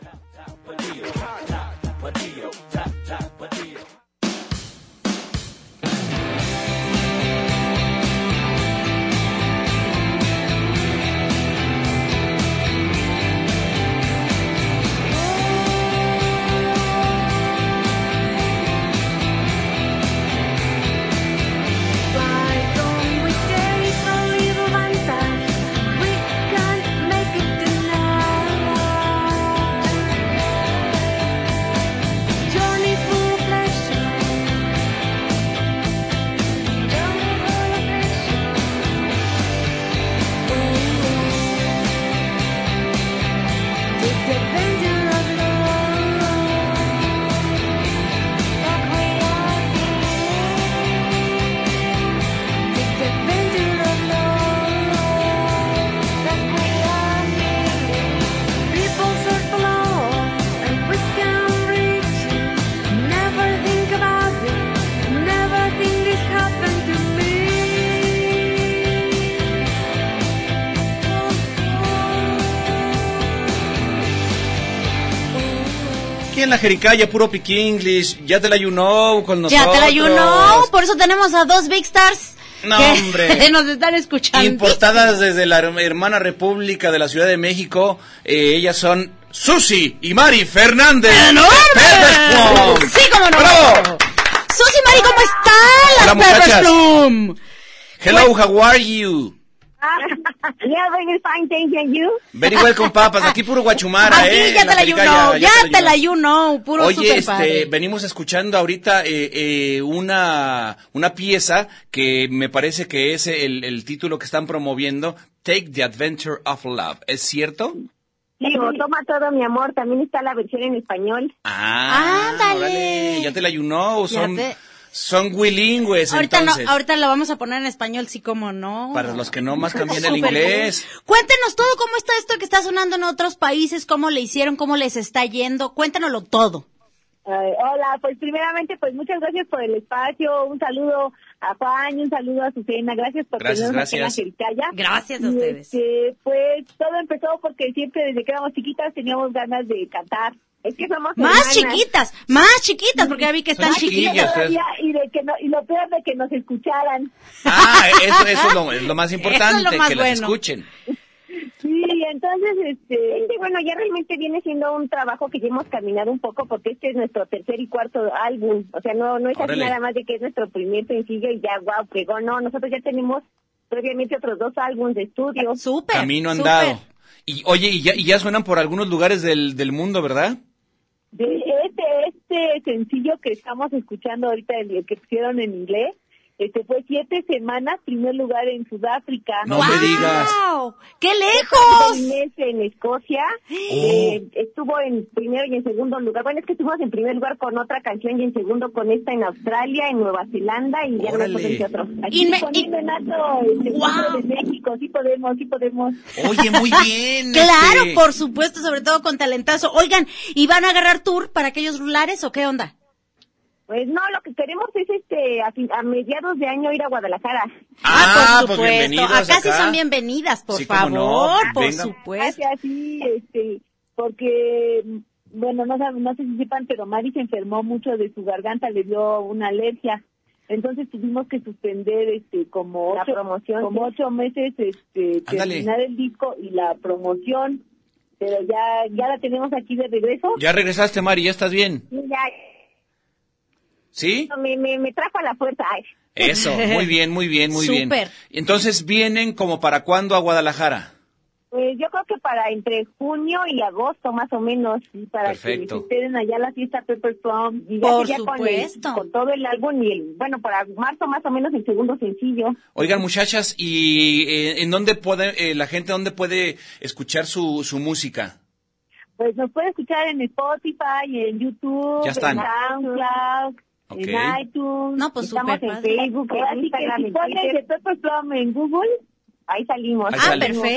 [SPEAKER 2] en la Jericaya, puro Piqui English, ya te la you know con
[SPEAKER 3] Ya
[SPEAKER 2] nosotros.
[SPEAKER 3] te la you know, por eso tenemos a dos big stars
[SPEAKER 2] No,
[SPEAKER 3] que (laughs)
[SPEAKER 2] hombre.
[SPEAKER 3] nos están escuchando.
[SPEAKER 2] Importadas desde la her- hermana república de la Ciudad de México, eh, ellas son Susi y Mari Fernández.
[SPEAKER 3] ¡Enorme!
[SPEAKER 2] Pepper's Plum.
[SPEAKER 3] Sí, cómo no.
[SPEAKER 2] ¡Bravo!
[SPEAKER 3] Susi Mari, ¿cómo están
[SPEAKER 2] Hola,
[SPEAKER 3] las Pues- Peppers
[SPEAKER 2] muchachas.
[SPEAKER 3] Plum?
[SPEAKER 2] Hello, how are you?
[SPEAKER 8] (laughs) yeah, very fine, thank you. And you?
[SPEAKER 2] Very welcome, papas. Aquí puro Guachumara,
[SPEAKER 3] Aquí
[SPEAKER 2] ¿eh?
[SPEAKER 3] ya
[SPEAKER 2] En
[SPEAKER 3] te la you
[SPEAKER 2] Jericaya,
[SPEAKER 3] know, ya te la
[SPEAKER 2] you
[SPEAKER 3] you know, puro
[SPEAKER 2] Oye,
[SPEAKER 3] super
[SPEAKER 2] este, venimos escuchando ahorita eh, eh, una, una pieza que me parece que es el, el título que están promoviendo, Take the Adventure of Love. ¿Es cierto?
[SPEAKER 8] Digo, toma todo mi amor, también está la versión en español.
[SPEAKER 2] Ah,
[SPEAKER 3] Ándale.
[SPEAKER 2] órale, ya te la ayunó,
[SPEAKER 3] Ya
[SPEAKER 2] son,
[SPEAKER 3] te-
[SPEAKER 2] son bilingües
[SPEAKER 3] Ahorita
[SPEAKER 2] entonces.
[SPEAKER 3] no, ahorita lo vamos a poner en español, sí, cómo no.
[SPEAKER 2] Para los que no más cambian el
[SPEAKER 3] Súper cool.
[SPEAKER 2] inglés.
[SPEAKER 3] Cuéntenos todo, cómo está esto que está sonando en otros países, cómo le hicieron, cómo les está yendo, cuéntanoslo todo.
[SPEAKER 8] Ay, hola, pues primeramente, pues muchas gracias por el espacio. Un saludo a Juan y un saludo a Susana. Gracias por
[SPEAKER 2] Gracias,
[SPEAKER 8] tenernos aquí en la
[SPEAKER 2] gracias.
[SPEAKER 8] Jericaya.
[SPEAKER 3] Gracias a
[SPEAKER 8] Y,
[SPEAKER 3] ustedes.
[SPEAKER 8] este, pues todo empezó porque siempre desde que éramos chiquitas teníamos ganas de cantar. Es que somos
[SPEAKER 3] Más
[SPEAKER 8] hermanas.
[SPEAKER 3] chiquitas, más chiquitas, porque ya vi que están
[SPEAKER 2] Son chiquillas.
[SPEAKER 3] chiquitas.
[SPEAKER 8] Todavía, y, de que no, y lo peor de que nos escucharan.
[SPEAKER 2] Ah, eso, eso es, lo, es lo más
[SPEAKER 3] Eso es lo
[SPEAKER 2] importante,
[SPEAKER 3] más
[SPEAKER 2] que las
[SPEAKER 3] bueno.
[SPEAKER 2] escuchen.
[SPEAKER 8] Sí, entonces, este, este, bueno, ya realmente viene siendo un trabajo que ya hemos caminado un poco porque este es nuestro tercer y cuarto álbum. O sea, no, no es así
[SPEAKER 2] Órale.
[SPEAKER 8] nada más de que es nuestro primer sencillo y ya, wow, pegó. No, nosotros ya tenemos previamente otros dos álbumes de estudio.
[SPEAKER 3] Súper.
[SPEAKER 2] Camino
[SPEAKER 3] súper.
[SPEAKER 2] andado. Y oye, y ya, y ya suenan por algunos lugares del, del mundo, ¿verdad?
[SPEAKER 8] De este, este sencillo que estamos escuchando ahorita, el que pusieron en inglés, este fue siete semanas, primer lugar en Sudáfrica.
[SPEAKER 2] No me digas.
[SPEAKER 3] ¡Wow! ¡Qué lejos!
[SPEAKER 8] Un mes en Escocia. Eh, estuvo en primero y en segundo lugar. Bueno, es que estuvimos en primer lugar con otra canción y en segundo con esta en Australia, en Nueva Zelanda y ya no
[SPEAKER 2] Órale.
[SPEAKER 8] sé en qué otro.
[SPEAKER 3] Y
[SPEAKER 8] Aquí
[SPEAKER 3] me-
[SPEAKER 8] con
[SPEAKER 3] y-
[SPEAKER 8] este nato, este,
[SPEAKER 3] Guau.
[SPEAKER 8] de México, sí podemos, sí podemos.
[SPEAKER 2] Oye, muy
[SPEAKER 3] (laughs)
[SPEAKER 2] bien.
[SPEAKER 3] Claro,
[SPEAKER 2] este.
[SPEAKER 3] por supuesto, sobre todo con talentazo. Oigan, ¿y van a agarrar tour para aquellos rulares o qué onda?
[SPEAKER 8] Pues no, lo que queremos es este a, fin- a mediados de año ir a Guadalajara.
[SPEAKER 2] Ah,
[SPEAKER 3] por
[SPEAKER 2] pues
[SPEAKER 3] supuesto.
[SPEAKER 2] bienvenidos
[SPEAKER 3] acá, sí
[SPEAKER 2] acá.
[SPEAKER 3] son bienvenidas, por
[SPEAKER 2] Sí, cómo
[SPEAKER 3] favor,
[SPEAKER 2] no,
[SPEAKER 3] por
[SPEAKER 2] vengan.
[SPEAKER 3] supuesto.
[SPEAKER 8] Así, Ah, así, este, porque, mm, bueno, no, saben- no sé si sepan, pero Mari se enfermó mucho de su garganta, le dio una alergia. Entonces tuvimos que suspender este como ocho, promoción, como ocho meses este,
[SPEAKER 2] Ándale.
[SPEAKER 8] terminar el disco y la promoción, pero ya ya la tenemos aquí de regreso.
[SPEAKER 2] Ya regresaste, Mari, ya estás bien.
[SPEAKER 8] Y ya,
[SPEAKER 3] (laughs)
[SPEAKER 2] ¿Sí?
[SPEAKER 8] me, me, me trajo a la fuerza. Ay,
[SPEAKER 2] Eso, muy bien, muy bien, muy bien.
[SPEAKER 3] Súper.
[SPEAKER 2] Entonces, ¿vienen como para cuándo a Guadalajara?
[SPEAKER 8] Pues yo creo que para entre junio y agosto más o menos, y para
[SPEAKER 2] Perfecto.
[SPEAKER 8] que visiten allá la fiesta Pepper Plum. Y ya
[SPEAKER 3] Por
[SPEAKER 8] que ya con, el-
[SPEAKER 3] supuesto.
[SPEAKER 8] con todo el álbum y el, bueno, para marzo más o menos el segundo sencillo.
[SPEAKER 2] Oigan, muchachas, ¿y eh, en dónde puede, eh, la gente dónde puede escuchar su, su música?
[SPEAKER 8] Pues nos puede escuchar en Spotify, en YouTube,
[SPEAKER 2] Ya están.
[SPEAKER 8] en SoundCloud.
[SPEAKER 2] Ok.
[SPEAKER 8] En iTunes,
[SPEAKER 3] No, pues,
[SPEAKER 8] estamos
[SPEAKER 3] súper
[SPEAKER 8] en
[SPEAKER 3] padre.
[SPEAKER 8] Facebook, en Instagram, si pones de Pepper Plum en Google, ahí salimos.
[SPEAKER 2] Ahí
[SPEAKER 3] ah,
[SPEAKER 2] sale.
[SPEAKER 3] perfecto.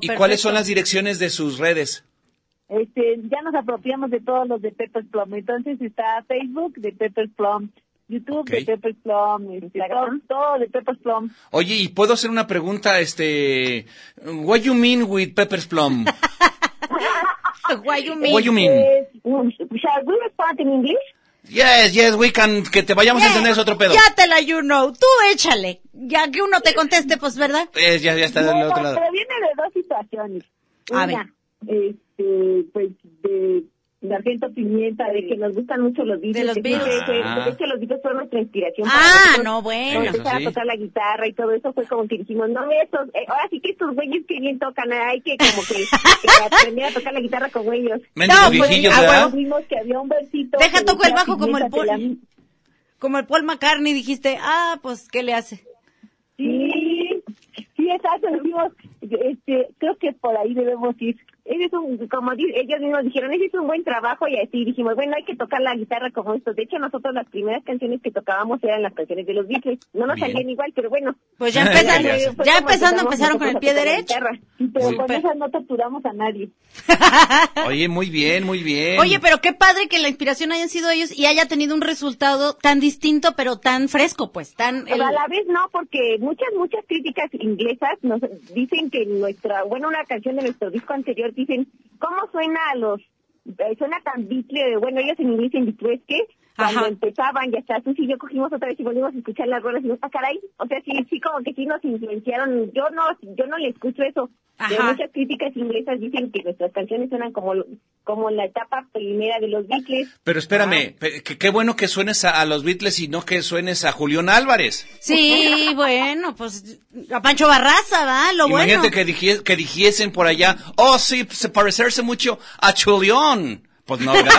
[SPEAKER 2] ¿Y
[SPEAKER 3] perfecto.
[SPEAKER 2] cuáles son las direcciones de sus redes?
[SPEAKER 8] Este, ya nos apropiamos de todos los de Pepper Plum. Entonces está Facebook de Pepper Plum, YouTube
[SPEAKER 2] Ok.
[SPEAKER 8] de Pepper Plum, este, todo, todo de Pepper Plum.
[SPEAKER 2] Oye, ¿y puedo hacer una pregunta? Este, what you mean with Pepper's
[SPEAKER 3] (laughs)
[SPEAKER 2] Plum?
[SPEAKER 3] What you mean?
[SPEAKER 2] What you mean?
[SPEAKER 8] Es, um, shall we respond in English?
[SPEAKER 2] Yes, yes, we can, que te vayamos a
[SPEAKER 3] Yeah,
[SPEAKER 2] entender es otro pedo.
[SPEAKER 3] Eh, Ya te la you know. Tú échale. Ya que uno te conteste, pues, ¿verdad?
[SPEAKER 2] Eh, ya, ya está del
[SPEAKER 8] Bueno,
[SPEAKER 2] otro lado.
[SPEAKER 8] Pero viene de dos situaciones.
[SPEAKER 3] A
[SPEAKER 8] Una, este, pues de Sargento Pimienta, de que nos gustan mucho los Beatles.
[SPEAKER 3] De los
[SPEAKER 8] que
[SPEAKER 3] Beatles.
[SPEAKER 8] siempre fue-
[SPEAKER 2] Ah.
[SPEAKER 8] De hecho, los Beatles fueron nuestra inspiración. para
[SPEAKER 3] Ah,
[SPEAKER 8] nosotros.
[SPEAKER 3] no, bueno.
[SPEAKER 2] Eso
[SPEAKER 8] empezar
[SPEAKER 2] sí.
[SPEAKER 8] a tocar la guitarra y todo eso fue como que dijimos, no, esos, eh, ahora sí que estos güeyes que bien tocan, eh, hay que como que, que
[SPEAKER 3] (laughs)
[SPEAKER 8] aprender a tocar la guitarra con ellos.
[SPEAKER 2] Mendigos
[SPEAKER 3] No, pues,
[SPEAKER 2] viejillos,
[SPEAKER 3] ah,
[SPEAKER 2] ¿verdad?
[SPEAKER 3] bueno.
[SPEAKER 8] Vimos que había un versito.
[SPEAKER 3] Deja
[SPEAKER 8] que
[SPEAKER 3] toco el
[SPEAKER 8] decía,
[SPEAKER 3] bajo como el
[SPEAKER 8] "Pimienta, te la-".
[SPEAKER 3] Paul. Como el Paul McCartney dijiste, ah, pues, ¿qué le hace?
[SPEAKER 8] Sí, sí, exacto, decimos, este, creo que por ahí debemos ir. Ese es un, como di- ellos mismos dijeron, ese es un buen trabajo y así dijimos, bueno, hay que tocar la guitarra como estos. De hecho, nosotros las primeras canciones que tocábamos eran las canciones de los Beatles. No nos
[SPEAKER 2] Bien.
[SPEAKER 8] salían igual, pero bueno.
[SPEAKER 3] Pues ya
[SPEAKER 2] (laughs) ¿Qué
[SPEAKER 3] empezaron,
[SPEAKER 2] le hace?
[SPEAKER 8] Fue
[SPEAKER 3] ya
[SPEAKER 8] como
[SPEAKER 3] empezando,
[SPEAKER 8] empezamos
[SPEAKER 3] empezaron con el
[SPEAKER 8] nosotros
[SPEAKER 3] pie
[SPEAKER 8] a tocar la
[SPEAKER 3] derecho.
[SPEAKER 8] guitarra. Sí, Pero
[SPEAKER 2] Sí.
[SPEAKER 8] con
[SPEAKER 3] Súper.
[SPEAKER 8] esas no torturamos a nadie.
[SPEAKER 2] Oye, muy bien, muy bien.
[SPEAKER 3] Oye, pero qué padre que la inspiración hayan sido ellos y haya tenido un resultado tan distinto, pero tan fresco, pues, tan... el-
[SPEAKER 8] Pero a la vez no, porque muchas, muchas críticas inglesas nos dicen que nuestra, bueno, una canción de nuestro disco anterior dicen, ¿cómo suena a los eh, suena tan bitle, bueno, ellos en inglés en bitre, es que cuando
[SPEAKER 3] Ajá.
[SPEAKER 8] empezaban y hasta tú y yo cogimos otra vez y volvimos a escuchar las rolas y nos, ah, caray, o sea, sí, sí, como que sí nos influenciaron, yo no, yo no le escucho eso. Pero
[SPEAKER 3] Ajá.
[SPEAKER 8] muchas críticas inglesas dicen que nuestras canciones suenan como, como la etapa primera de los Beatles.
[SPEAKER 2] Pero espérame,
[SPEAKER 3] Ah.
[SPEAKER 2] pe- que- qué bueno que suenes a, a los Beatles y no que suenes a Julián Álvarez.
[SPEAKER 3] Sí, bueno, pues a Pancho Barraza, ¿va? Lo
[SPEAKER 2] Imagínate
[SPEAKER 3] bueno.
[SPEAKER 2] que, dijie- que dijesen por allá, oh sí, se parecerse mucho a Julián. Pues no,
[SPEAKER 3] (laughs)
[SPEAKER 2] ¿verdad?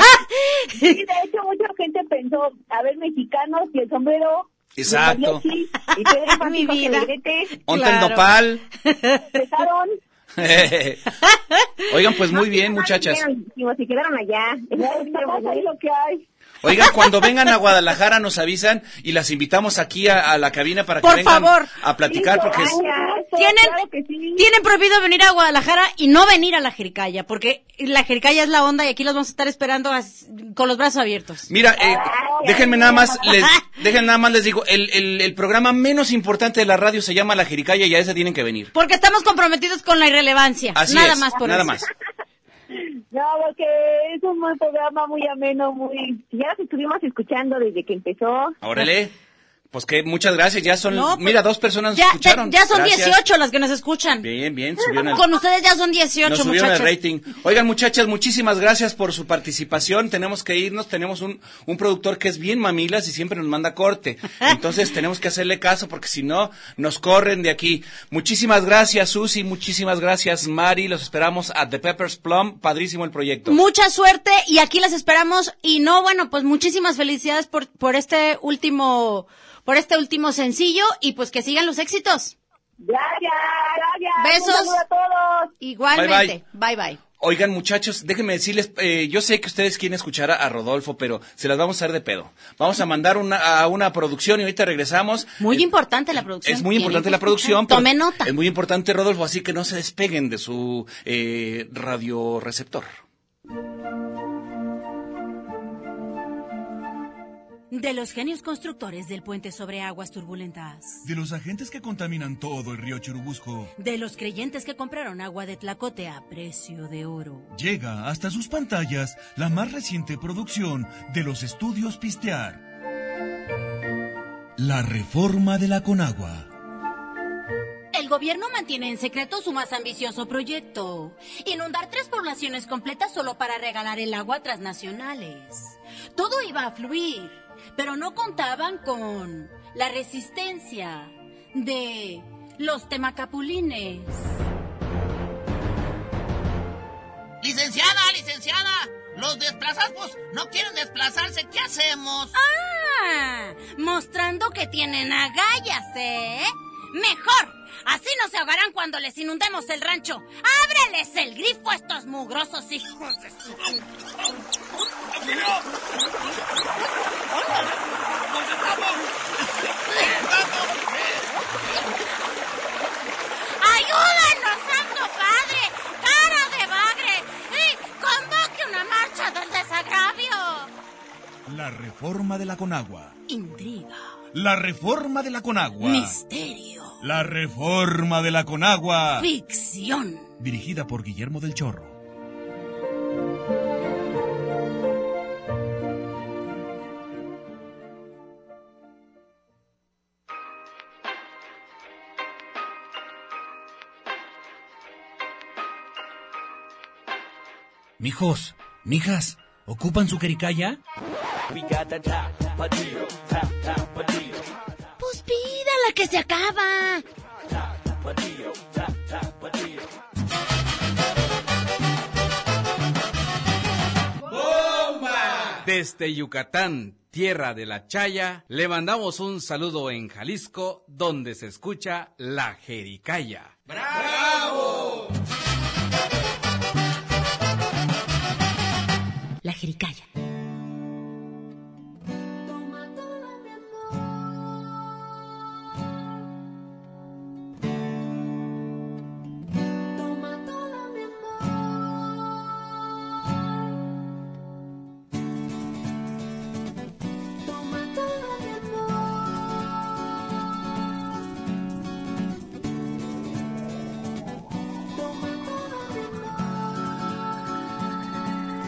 [SPEAKER 8] Sí, de hecho, mucha gente pensó, a ver, mexicanos y el sombrero. y el
[SPEAKER 2] Exacto.
[SPEAKER 8] mariachi,
[SPEAKER 3] (laughs)
[SPEAKER 8] Y Pedro Infante
[SPEAKER 3] Mi
[SPEAKER 8] con el
[SPEAKER 3] vida.
[SPEAKER 8] negrete,
[SPEAKER 2] Ponte
[SPEAKER 3] Claro. (laughs)
[SPEAKER 2] el nopal. (laughs)
[SPEAKER 8] empezaron.
[SPEAKER 2] Oigan, pues muy bien,
[SPEAKER 8] No,
[SPEAKER 2] muchachas.
[SPEAKER 8] Se quedaron, se quedaron allá. pues, ahí lo que hay.
[SPEAKER 2] Oigan, cuando vengan a Guadalajara nos avisan y las invitamos aquí a, a la cabina para que
[SPEAKER 3] Por
[SPEAKER 2] vengan
[SPEAKER 3] favor.
[SPEAKER 2] a platicar porque es-
[SPEAKER 3] Tienen,
[SPEAKER 8] Claro que sí.
[SPEAKER 3] tienen prohibido venir a Guadalajara y no venir a la Jericaya, porque la Jericaya es la onda y aquí los vamos a estar esperando as- con los brazos abiertos.
[SPEAKER 2] Mira, eh, déjenme nada más,
[SPEAKER 3] (laughs)
[SPEAKER 2] les, déjenme nada más les digo, el, el- el programa menos importante de la radio se llama La Jericaya y a ese tienen que venir.
[SPEAKER 3] Porque estamos comprometidos con la irrelevancia.
[SPEAKER 2] Así
[SPEAKER 3] nada
[SPEAKER 2] es,
[SPEAKER 3] más por
[SPEAKER 2] nada
[SPEAKER 3] eso.
[SPEAKER 2] más.
[SPEAKER 8] No, porque es un buen programa muy ameno, muy... Ya los estuvimos escuchando desde que empezó.
[SPEAKER 2] Órale. Pues que muchas gracias, ya son,
[SPEAKER 3] No, pues,
[SPEAKER 2] mira, dos personas nos
[SPEAKER 3] Ya,
[SPEAKER 2] escucharon.
[SPEAKER 3] ya- ya son
[SPEAKER 2] Gracias.
[SPEAKER 3] 18 las que nos escuchan.
[SPEAKER 2] Bien, bien, subieron el,
[SPEAKER 3] Con ustedes ya son 18,
[SPEAKER 2] nos subieron el
[SPEAKER 3] muchachos.
[SPEAKER 2] rating. Oigan, muchachas, muchísimas gracias por su participación. Tenemos que irnos, tenemos un, un productor que es bien mamilas y siempre nos
[SPEAKER 3] (laughs)
[SPEAKER 2] manda corte. Entonces tenemos que hacerle caso porque si no, nos corren de aquí. Muchísimas gracias, Susi, muchísimas gracias, Mari. Los esperamos a The Peppers Plum. Padrísimo el proyecto.
[SPEAKER 3] Mucha suerte y aquí las esperamos. Y no, bueno, pues muchísimas felicidades por, por este último, por este último sencillo y pues que sigan los éxitos.
[SPEAKER 8] Gracias, gracias.
[SPEAKER 3] Besos.
[SPEAKER 8] Un saludo a todos.
[SPEAKER 3] Igualmente. Bye bye.
[SPEAKER 2] Oigan, muchachos, déjenme decirles, eh, yo sé que ustedes quieren escuchar a, a Rodolfo, pero se las vamos a hacer de pedo. Vamos a mandar una, a una producción y ahorita regresamos.
[SPEAKER 3] Muy
[SPEAKER 2] Eh,
[SPEAKER 3] importante la producción.
[SPEAKER 2] Es muy
[SPEAKER 3] Tienen
[SPEAKER 2] importante
[SPEAKER 3] que
[SPEAKER 2] la
[SPEAKER 3] escuchar.
[SPEAKER 2] producción. pero em,
[SPEAKER 3] Tome nota.
[SPEAKER 2] Es muy importante, Rodolfo, así que no se despeguen de su eh, radioreceptor.
[SPEAKER 7] De los genios constructores del puente sobre aguas turbulentas.
[SPEAKER 9] De los agentes que contaminan todo el río Churubusco,
[SPEAKER 7] De los creyentes que compraron agua de Tlacote a precio de oro.
[SPEAKER 9] llega hasta sus pantallas la más reciente producción de los estudios Pistear. La reforma de la Conagua.
[SPEAKER 7] El gobierno mantiene en secreto su más ambicioso proyecto. Inundar tres poblaciones completas solo para regalar el agua a transnacionales. Todo iba a fluir, pero no contaban con la resistencia de los temacapulines.
[SPEAKER 10] Licenciada, licenciada, los desplazados no quieren desplazarse, ¿qué hacemos?
[SPEAKER 7] ¡Ah! Mostrando que tienen agallas, ¿eh? ¡Mejor! Así no se ahogarán cuando les inundemos el rancho. ¡Ábreles el grifo a estos mugrosos hijos de su... ¡Ayúdenos, Santo Padre! ¡Cara de bagre! ¡Y convoque una marcha del desagravio!
[SPEAKER 9] La reforma de la Conagua.
[SPEAKER 7] Intriga.
[SPEAKER 9] La reforma de la Conagua.
[SPEAKER 7] Misterio.
[SPEAKER 9] La reforma de la
[SPEAKER 3] Ah.
[SPEAKER 9] Conagua.
[SPEAKER 7] Ficción.
[SPEAKER 9] Dirigida por Guillermo del Chorro.
[SPEAKER 4] Mijos, mijas, ¿ocupan su jericaya?
[SPEAKER 7] Pues pídala que se acaba.
[SPEAKER 11] Desde Yucatán, tierra de la Chaya, le mandamos un saludo en Jalisco, donde se escucha la Jericaya.
[SPEAKER 7] La jericaya.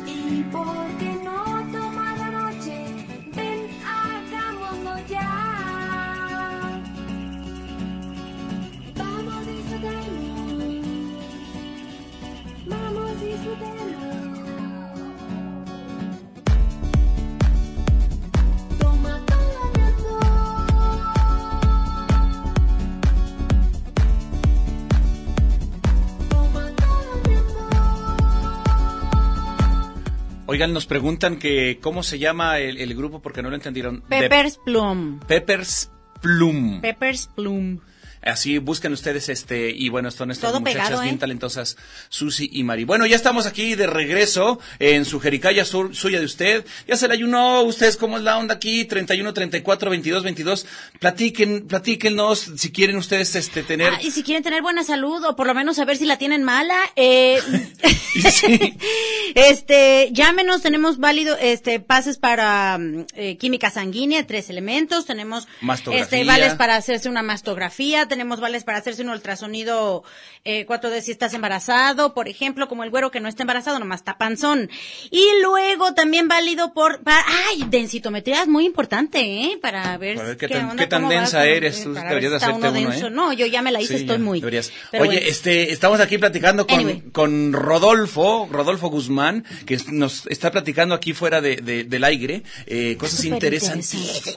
[SPEAKER 12] Y
[SPEAKER 13] porque no toma la noche? Ven, hagámoslo ya. Vamos, disfrutarlo. Vamos, disfrutarlo. Toma toda mi alcohol. Toma toda mi
[SPEAKER 2] Oigan, nos preguntan que cómo se llama el, el grupo porque no lo entendieron. De-
[SPEAKER 3] Peppers Plum.
[SPEAKER 2] Peppers Plum.
[SPEAKER 3] Peppers Plum.
[SPEAKER 2] Así busquen ustedes este y bueno, son estas
[SPEAKER 3] Todo
[SPEAKER 2] muchachas
[SPEAKER 3] pegado,
[SPEAKER 2] bien
[SPEAKER 3] ¿eh?
[SPEAKER 2] talentosas, Susi y Mari. Bueno, ya estamos aquí de regreso en su jericaya sur- suya de usted. Ya se la ayunó, ustedes cómo es la onda aquí, 31 34 22 22. Platiquen, platíquenos si quieren ustedes este tener
[SPEAKER 3] Ah, y si quieren tener buena salud o por lo menos saber si la tienen mala,
[SPEAKER 2] (laughs)
[SPEAKER 3] eh, (laughs) este, llámenos, tenemos válido, este, pases para mm, eh, química sanguínea, tres elementos, tenemos,
[SPEAKER 2] Mastografía.
[SPEAKER 3] este, vales para hacerse una mastografía, tenemos vales para hacerse un ultrasonido eh, 4D si estás embarazado, por ejemplo, como el güero que no está embarazado, nomás está panzón. Y luego también válido por, para, ay, densitometría es muy importante, eh, para ver,
[SPEAKER 2] Para ver qué tan-
[SPEAKER 3] onda,
[SPEAKER 2] qué tan
[SPEAKER 3] cómo vas
[SPEAKER 2] densa
[SPEAKER 3] con- eh,
[SPEAKER 2] eres, tú
[SPEAKER 3] para ver
[SPEAKER 2] deberías
[SPEAKER 3] si está
[SPEAKER 2] hacerte uno,
[SPEAKER 3] denso.
[SPEAKER 2] ¿eh?
[SPEAKER 3] No, yo ya me la hice,
[SPEAKER 2] Sí,
[SPEAKER 3] estoy
[SPEAKER 2] ya,
[SPEAKER 3] muy.
[SPEAKER 2] deberías.
[SPEAKER 3] pero
[SPEAKER 2] Oye,
[SPEAKER 3] bueno.
[SPEAKER 2] este, estamos aquí platicando con,
[SPEAKER 3] Anyway.
[SPEAKER 2] con Rodolfo, Rodolfo Guzmán, que es- nos está platicando aquí fuera de, de- del aire, eh, cosas
[SPEAKER 3] Súper
[SPEAKER 2] interesantísimas.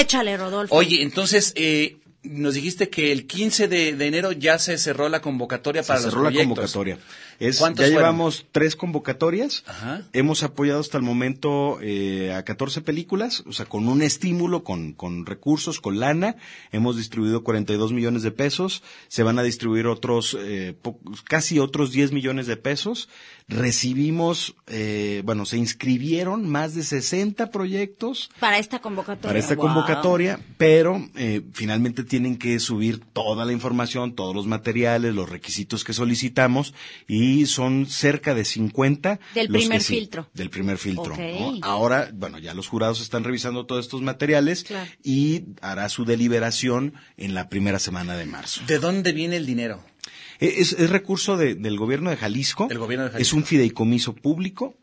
[SPEAKER 3] Échale, Rodolfo.
[SPEAKER 2] Oye, entonces, eh, nos dijiste que el 15 de, de enero ya se cerró la convocatoria para
[SPEAKER 5] Se
[SPEAKER 2] los
[SPEAKER 5] cerró la
[SPEAKER 2] proyectos.
[SPEAKER 5] convocatoria. Es- ya
[SPEAKER 2] ¿Cuántos fueron?
[SPEAKER 5] llevamos tres convocatorias.
[SPEAKER 2] Ajá.
[SPEAKER 5] Hemos apoyado hasta el momento eh, a 14 películas, o sea, con un estímulo, con, con recursos, con lana. Hemos distribuido 42 millones de pesos. Se van a distribuir otros, eh, po- casi otros 10 millones de pesos. Recibimos, eh, bueno, se inscribieron más de 60 proyectos
[SPEAKER 3] Para esta convocatoria.
[SPEAKER 5] para esta
[SPEAKER 3] Wow.
[SPEAKER 5] convocatoria, pero eh, finalmente tienen que subir toda la información, todos los materiales, los requisitos que solicitamos y son cerca de 50
[SPEAKER 3] Del
[SPEAKER 5] los que
[SPEAKER 3] primer
[SPEAKER 5] sí,
[SPEAKER 3] filtro.
[SPEAKER 5] del primer filtro.
[SPEAKER 3] Ok.
[SPEAKER 5] ¿no? Ahora, bueno, ya los jurados están revisando todos estos materiales
[SPEAKER 3] Claro.
[SPEAKER 5] y hará su deliberación en la primera semana de marzo.
[SPEAKER 2] ¿De dónde viene el dinero?
[SPEAKER 5] Eh, Es, es recurso de- del gobierno de Jalisco. Es un fideicomiso público.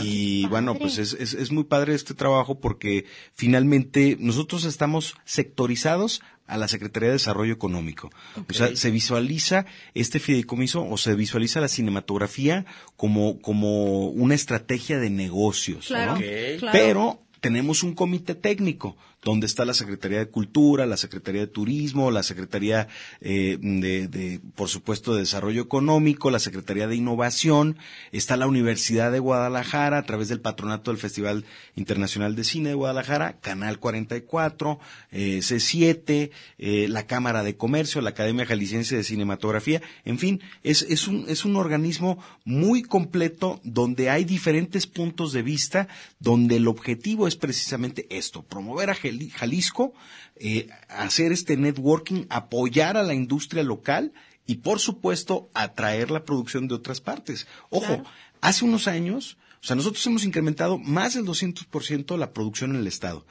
[SPEAKER 5] Y bueno, pues es, es, es muy padre este trabajo porque finalmente nosotros estamos sectorizados a la Secretaría de Desarrollo Económico. O sea, se visualiza este fideicomiso o se visualiza la cinematografía como, como una estrategia de negocios.
[SPEAKER 13] Claro,
[SPEAKER 5] ¿no?
[SPEAKER 13] Ok. claro.
[SPEAKER 5] Pero tenemos un comité técnico donde está la Secretaría de Cultura, la Secretaría de Turismo, la Secretaría eh, de, de, por supuesto, de Desarrollo Económico, la Secretaría de Innovación, está la Universidad de Guadalajara a través del patronato del Festival Internacional de Cine de Guadalajara, Canal 44, eh, C7, eh, la Cámara de Comercio, la Academia Jalisciense de Cinematografía, en fin, es, es, un, es un organismo muy completo donde hay diferentes puntos de vista, donde el objetivo es precisamente esto, promover a Jali- Jalisco, eh, hacer este networking, apoyar a la industria local y, por supuesto, atraer la producción de otras partes. Ojo, hace unos años... O sea, nosotros hemos incrementado más del 200% la producción en el Estado.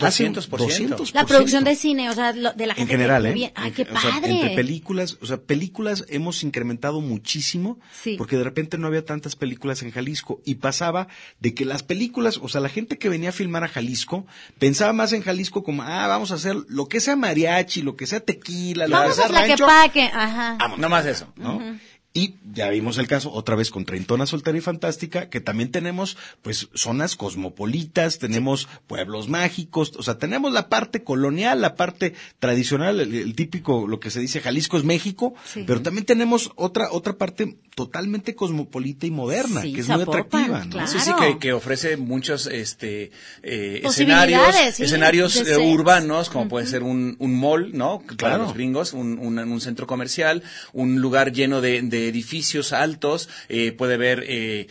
[SPEAKER 5] Hace un-
[SPEAKER 2] 200%.
[SPEAKER 5] 200%.
[SPEAKER 3] La producción de cine, o sea, lo- de la
[SPEAKER 5] En
[SPEAKER 3] gente. que
[SPEAKER 5] general, ¿eh?
[SPEAKER 3] bien- Ay,
[SPEAKER 5] En-
[SPEAKER 3] qué
[SPEAKER 5] o sea,
[SPEAKER 3] padre.
[SPEAKER 5] entre películas, o sea, películas hemos incrementado muchísimo,
[SPEAKER 3] Sí.
[SPEAKER 5] porque de repente no había tantas películas en Jalisco y pasaba de que las películas, o sea, la gente que venía a filmar a Jalisco pensaba más en Jalisco como, ah, vamos a hacer lo que sea mariachi, lo que sea tequila, lo que
[SPEAKER 3] Vamos
[SPEAKER 5] sea
[SPEAKER 3] a la que
[SPEAKER 5] rancho.
[SPEAKER 3] paque. Ajá.
[SPEAKER 2] No más eso.
[SPEAKER 5] ¿no?
[SPEAKER 3] Ujú.
[SPEAKER 5] Y ya vimos el caso otra vez con Treintona Soltera y Fantástica, que también tenemos pues zonas cosmopolitas, tenemos pueblos mágicos, o sea, tenemos la parte colonial, la parte tradicional, el, el típico, lo que se dice Jalisco es México,
[SPEAKER 3] Sí.
[SPEAKER 5] pero también tenemos otra, otra parte totalmente cosmopolita y moderna,
[SPEAKER 3] Sí,
[SPEAKER 5] que es muy
[SPEAKER 3] Zapopan,
[SPEAKER 5] atractiva, ¿no?
[SPEAKER 3] claro.
[SPEAKER 2] Sí, sí, que, que ofrece muchos este, eh, escenarios,
[SPEAKER 3] Posibilidades, sí,
[SPEAKER 2] escenarios
[SPEAKER 3] de
[SPEAKER 2] eh,
[SPEAKER 3] sets.
[SPEAKER 2] urbanos, como puede ser un, un mall, ¿no? Para
[SPEAKER 5] Claro.
[SPEAKER 2] los gringos, un, un, un centro comercial, un lugar lleno de, de edificios altos, eh, puede haber eh,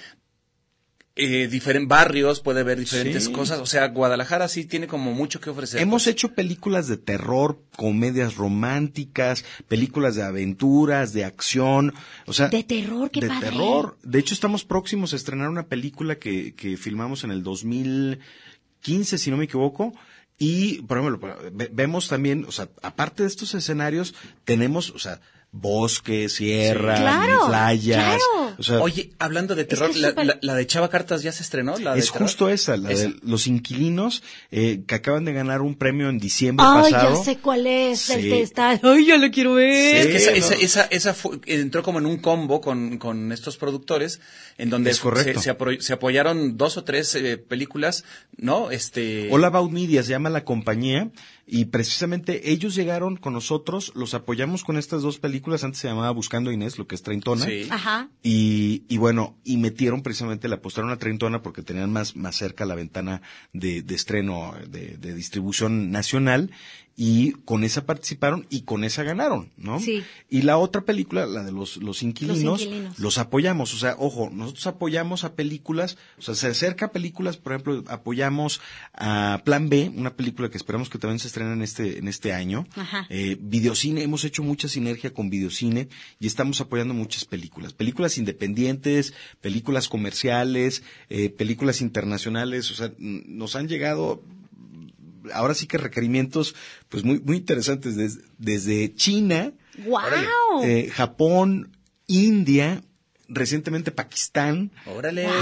[SPEAKER 2] eh, diferentes barrios, puede haber diferentes
[SPEAKER 5] Sí.
[SPEAKER 2] cosas. O sea, Guadalajara sí tiene como mucho que ofrecer.
[SPEAKER 5] Hemos hecho películas de terror, comedias románticas, películas de aventuras, de acción, o sea,
[SPEAKER 3] De terror, qué
[SPEAKER 5] de
[SPEAKER 3] padre.
[SPEAKER 5] terror. De hecho, estamos próximos a estrenar una película que, que filmamos en el 2015, si no me equivoco. Y, por ejemplo, ve- vemos también, o sea, aparte de estos escenarios, tenemos, o sea, bosques, sierra,
[SPEAKER 2] Claro,
[SPEAKER 5] playas.
[SPEAKER 2] claro. Oye, hablando de terror, la, la- la de Chava Cartas ya se estrenó. La de
[SPEAKER 5] es
[SPEAKER 2] terror?
[SPEAKER 5] justo esa, la
[SPEAKER 2] Esa.
[SPEAKER 5] de los inquilinos eh, que acaban de ganar un premio en diciembre
[SPEAKER 3] Ay,
[SPEAKER 5] pasado.
[SPEAKER 3] ya sé cuál es.
[SPEAKER 5] Sí.
[SPEAKER 3] El que está. Ay, ya lo quiero ver.
[SPEAKER 2] es que esa,
[SPEAKER 5] ¿no?
[SPEAKER 2] esa, esa, esa fue- entró como en un combo con, con estos productores, en donde
[SPEAKER 5] Es
[SPEAKER 2] se-
[SPEAKER 5] correcto.
[SPEAKER 2] Se, apro- se apoyaron dos o tres eh, películas, ¿no? Este,
[SPEAKER 5] Hola About Media se llama la compañía y precisamente ellos llegaron con nosotros, los apoyamos con estas dos películas, antes se llamaba Buscando a Inés, lo que es Treintona.
[SPEAKER 2] Sí.
[SPEAKER 3] Ajá.
[SPEAKER 5] Y, y bueno, y metieron precisamente, la apostaron a Treintona porque tenían más, más cerca la ventana de, de estreno, de, de distribución nacional, y con esa participaron y con esa ganaron, ¿no?
[SPEAKER 3] Sí.
[SPEAKER 5] Y la otra película, la de los, los, inquilinos, los
[SPEAKER 3] Inquilinos.
[SPEAKER 5] apoyamos, o sea, ojo, nosotros apoyamos a películas, o sea, se acerca a películas, por ejemplo, apoyamos a Plan B, una película que esperamos que también se estrene en este, en este año.
[SPEAKER 14] Ajá.
[SPEAKER 5] Eh, videocine, hemos hecho mucha sinergia con videocine y estamos apoyando muchas películas, películas independientes, películas comerciales, eh, películas internacionales, o sea, n- nos han llegado mm, ahora sí que requerimientos pues muy, muy interesantes des- desde China,
[SPEAKER 3] ¡Wow!
[SPEAKER 5] eh, Japón, India, recientemente Pakistán. (laughs)
[SPEAKER 2] Órale.
[SPEAKER 5] O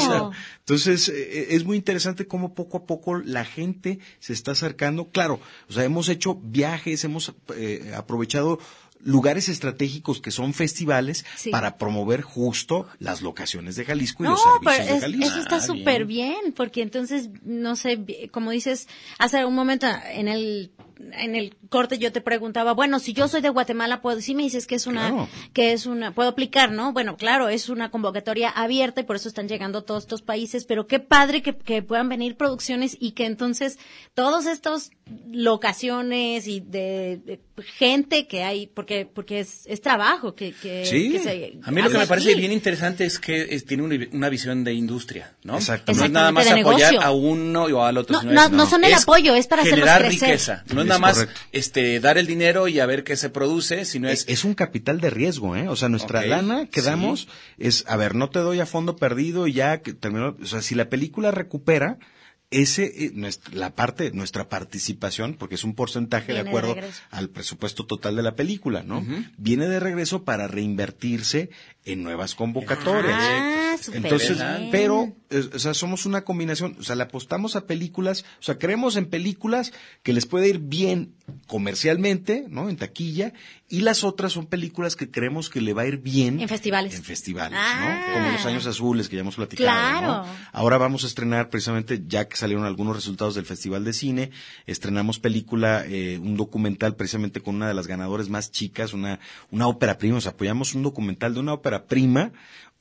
[SPEAKER 5] sea, Entonces, eh, es muy interesante cómo poco a poco la gente se está acercando. Claro, o sea, hemos hecho viajes, hemos eh, aprovechado lugares estratégicos que son festivales
[SPEAKER 3] Sí.
[SPEAKER 5] para promover justo las locaciones de Jalisco y
[SPEAKER 3] No,
[SPEAKER 5] los servicios
[SPEAKER 3] pero
[SPEAKER 5] de
[SPEAKER 3] es-
[SPEAKER 5] Jalisco.
[SPEAKER 3] eso está
[SPEAKER 2] ¿eh?
[SPEAKER 3] súper Ah, bien. porque entonces, no sé, vi- como dices, hace un momento en el en el corte yo te preguntaba, bueno, si yo soy de Guatemala, puedo, si me dices que es una,
[SPEAKER 14] Claro.
[SPEAKER 3] que es una, puedo aplicar, ¿no? Bueno, claro, es una convocatoria abierta y por eso están llegando todos estos países, pero qué padre que, que puedan venir producciones y que entonces todos estos locaciones y de, de gente que hay, porque, porque es, es trabajo que, que, que se
[SPEAKER 2] a mí lo que
[SPEAKER 3] hace
[SPEAKER 2] me parece
[SPEAKER 3] aquí.
[SPEAKER 2] bien interesante es que es- tiene una, una visión de industria, ¿no?
[SPEAKER 3] Exactamente.
[SPEAKER 2] No es nada más
[SPEAKER 3] Exactamente, de
[SPEAKER 2] apoyar
[SPEAKER 3] negocio.
[SPEAKER 2] a uno o al otro.
[SPEAKER 3] No,
[SPEAKER 2] sino
[SPEAKER 3] no,
[SPEAKER 2] es-
[SPEAKER 3] no son el
[SPEAKER 2] es
[SPEAKER 3] apoyo, es para hacerlos
[SPEAKER 2] generar
[SPEAKER 3] crecer.
[SPEAKER 2] riqueza. No es nada
[SPEAKER 5] Es
[SPEAKER 2] más
[SPEAKER 5] correcto. E,
[SPEAKER 2] este, dar el dinero y a ver qué se produce, sino es...
[SPEAKER 5] Es un capital de riesgo, ¿eh? O sea, nuestra
[SPEAKER 2] Ok,
[SPEAKER 5] lana que damos es, a ver, no te doy a fondo perdido y ya que terminó. O sea, si la película recupera ese, eh, nuestra- la parte, nuestra participación, porque es un porcentaje
[SPEAKER 14] Viene
[SPEAKER 5] de
[SPEAKER 14] de
[SPEAKER 5] acuerdo
[SPEAKER 14] regreso.
[SPEAKER 5] al presupuesto total de la película, ¿no? Viene de regreso para reinvertirse en nuevas convocatorias.
[SPEAKER 14] Ah, súper
[SPEAKER 5] Entonces,
[SPEAKER 14] bien.
[SPEAKER 5] pero, eh, o sea, somos una combinación, o sea, le apostamos a películas, o sea, creemos en películas que les puede ir bien comercialmente, ¿no? En taquilla, y las otras son películas que creemos que le va a ir bien
[SPEAKER 3] En festivales.
[SPEAKER 5] en festivales,
[SPEAKER 3] Ah.
[SPEAKER 5] ¿no? Como los años azules que ya hemos platicado. ¿no?
[SPEAKER 3] Claro.
[SPEAKER 5] Ahora vamos a estrenar precisamente, ya que salieron algunos resultados del Festival de Cine, estrenamos película, eh, un documental precisamente con una de las ganadoras más chicas, una, una ópera prima, o sea, apoyamos un documental de una ópera prima.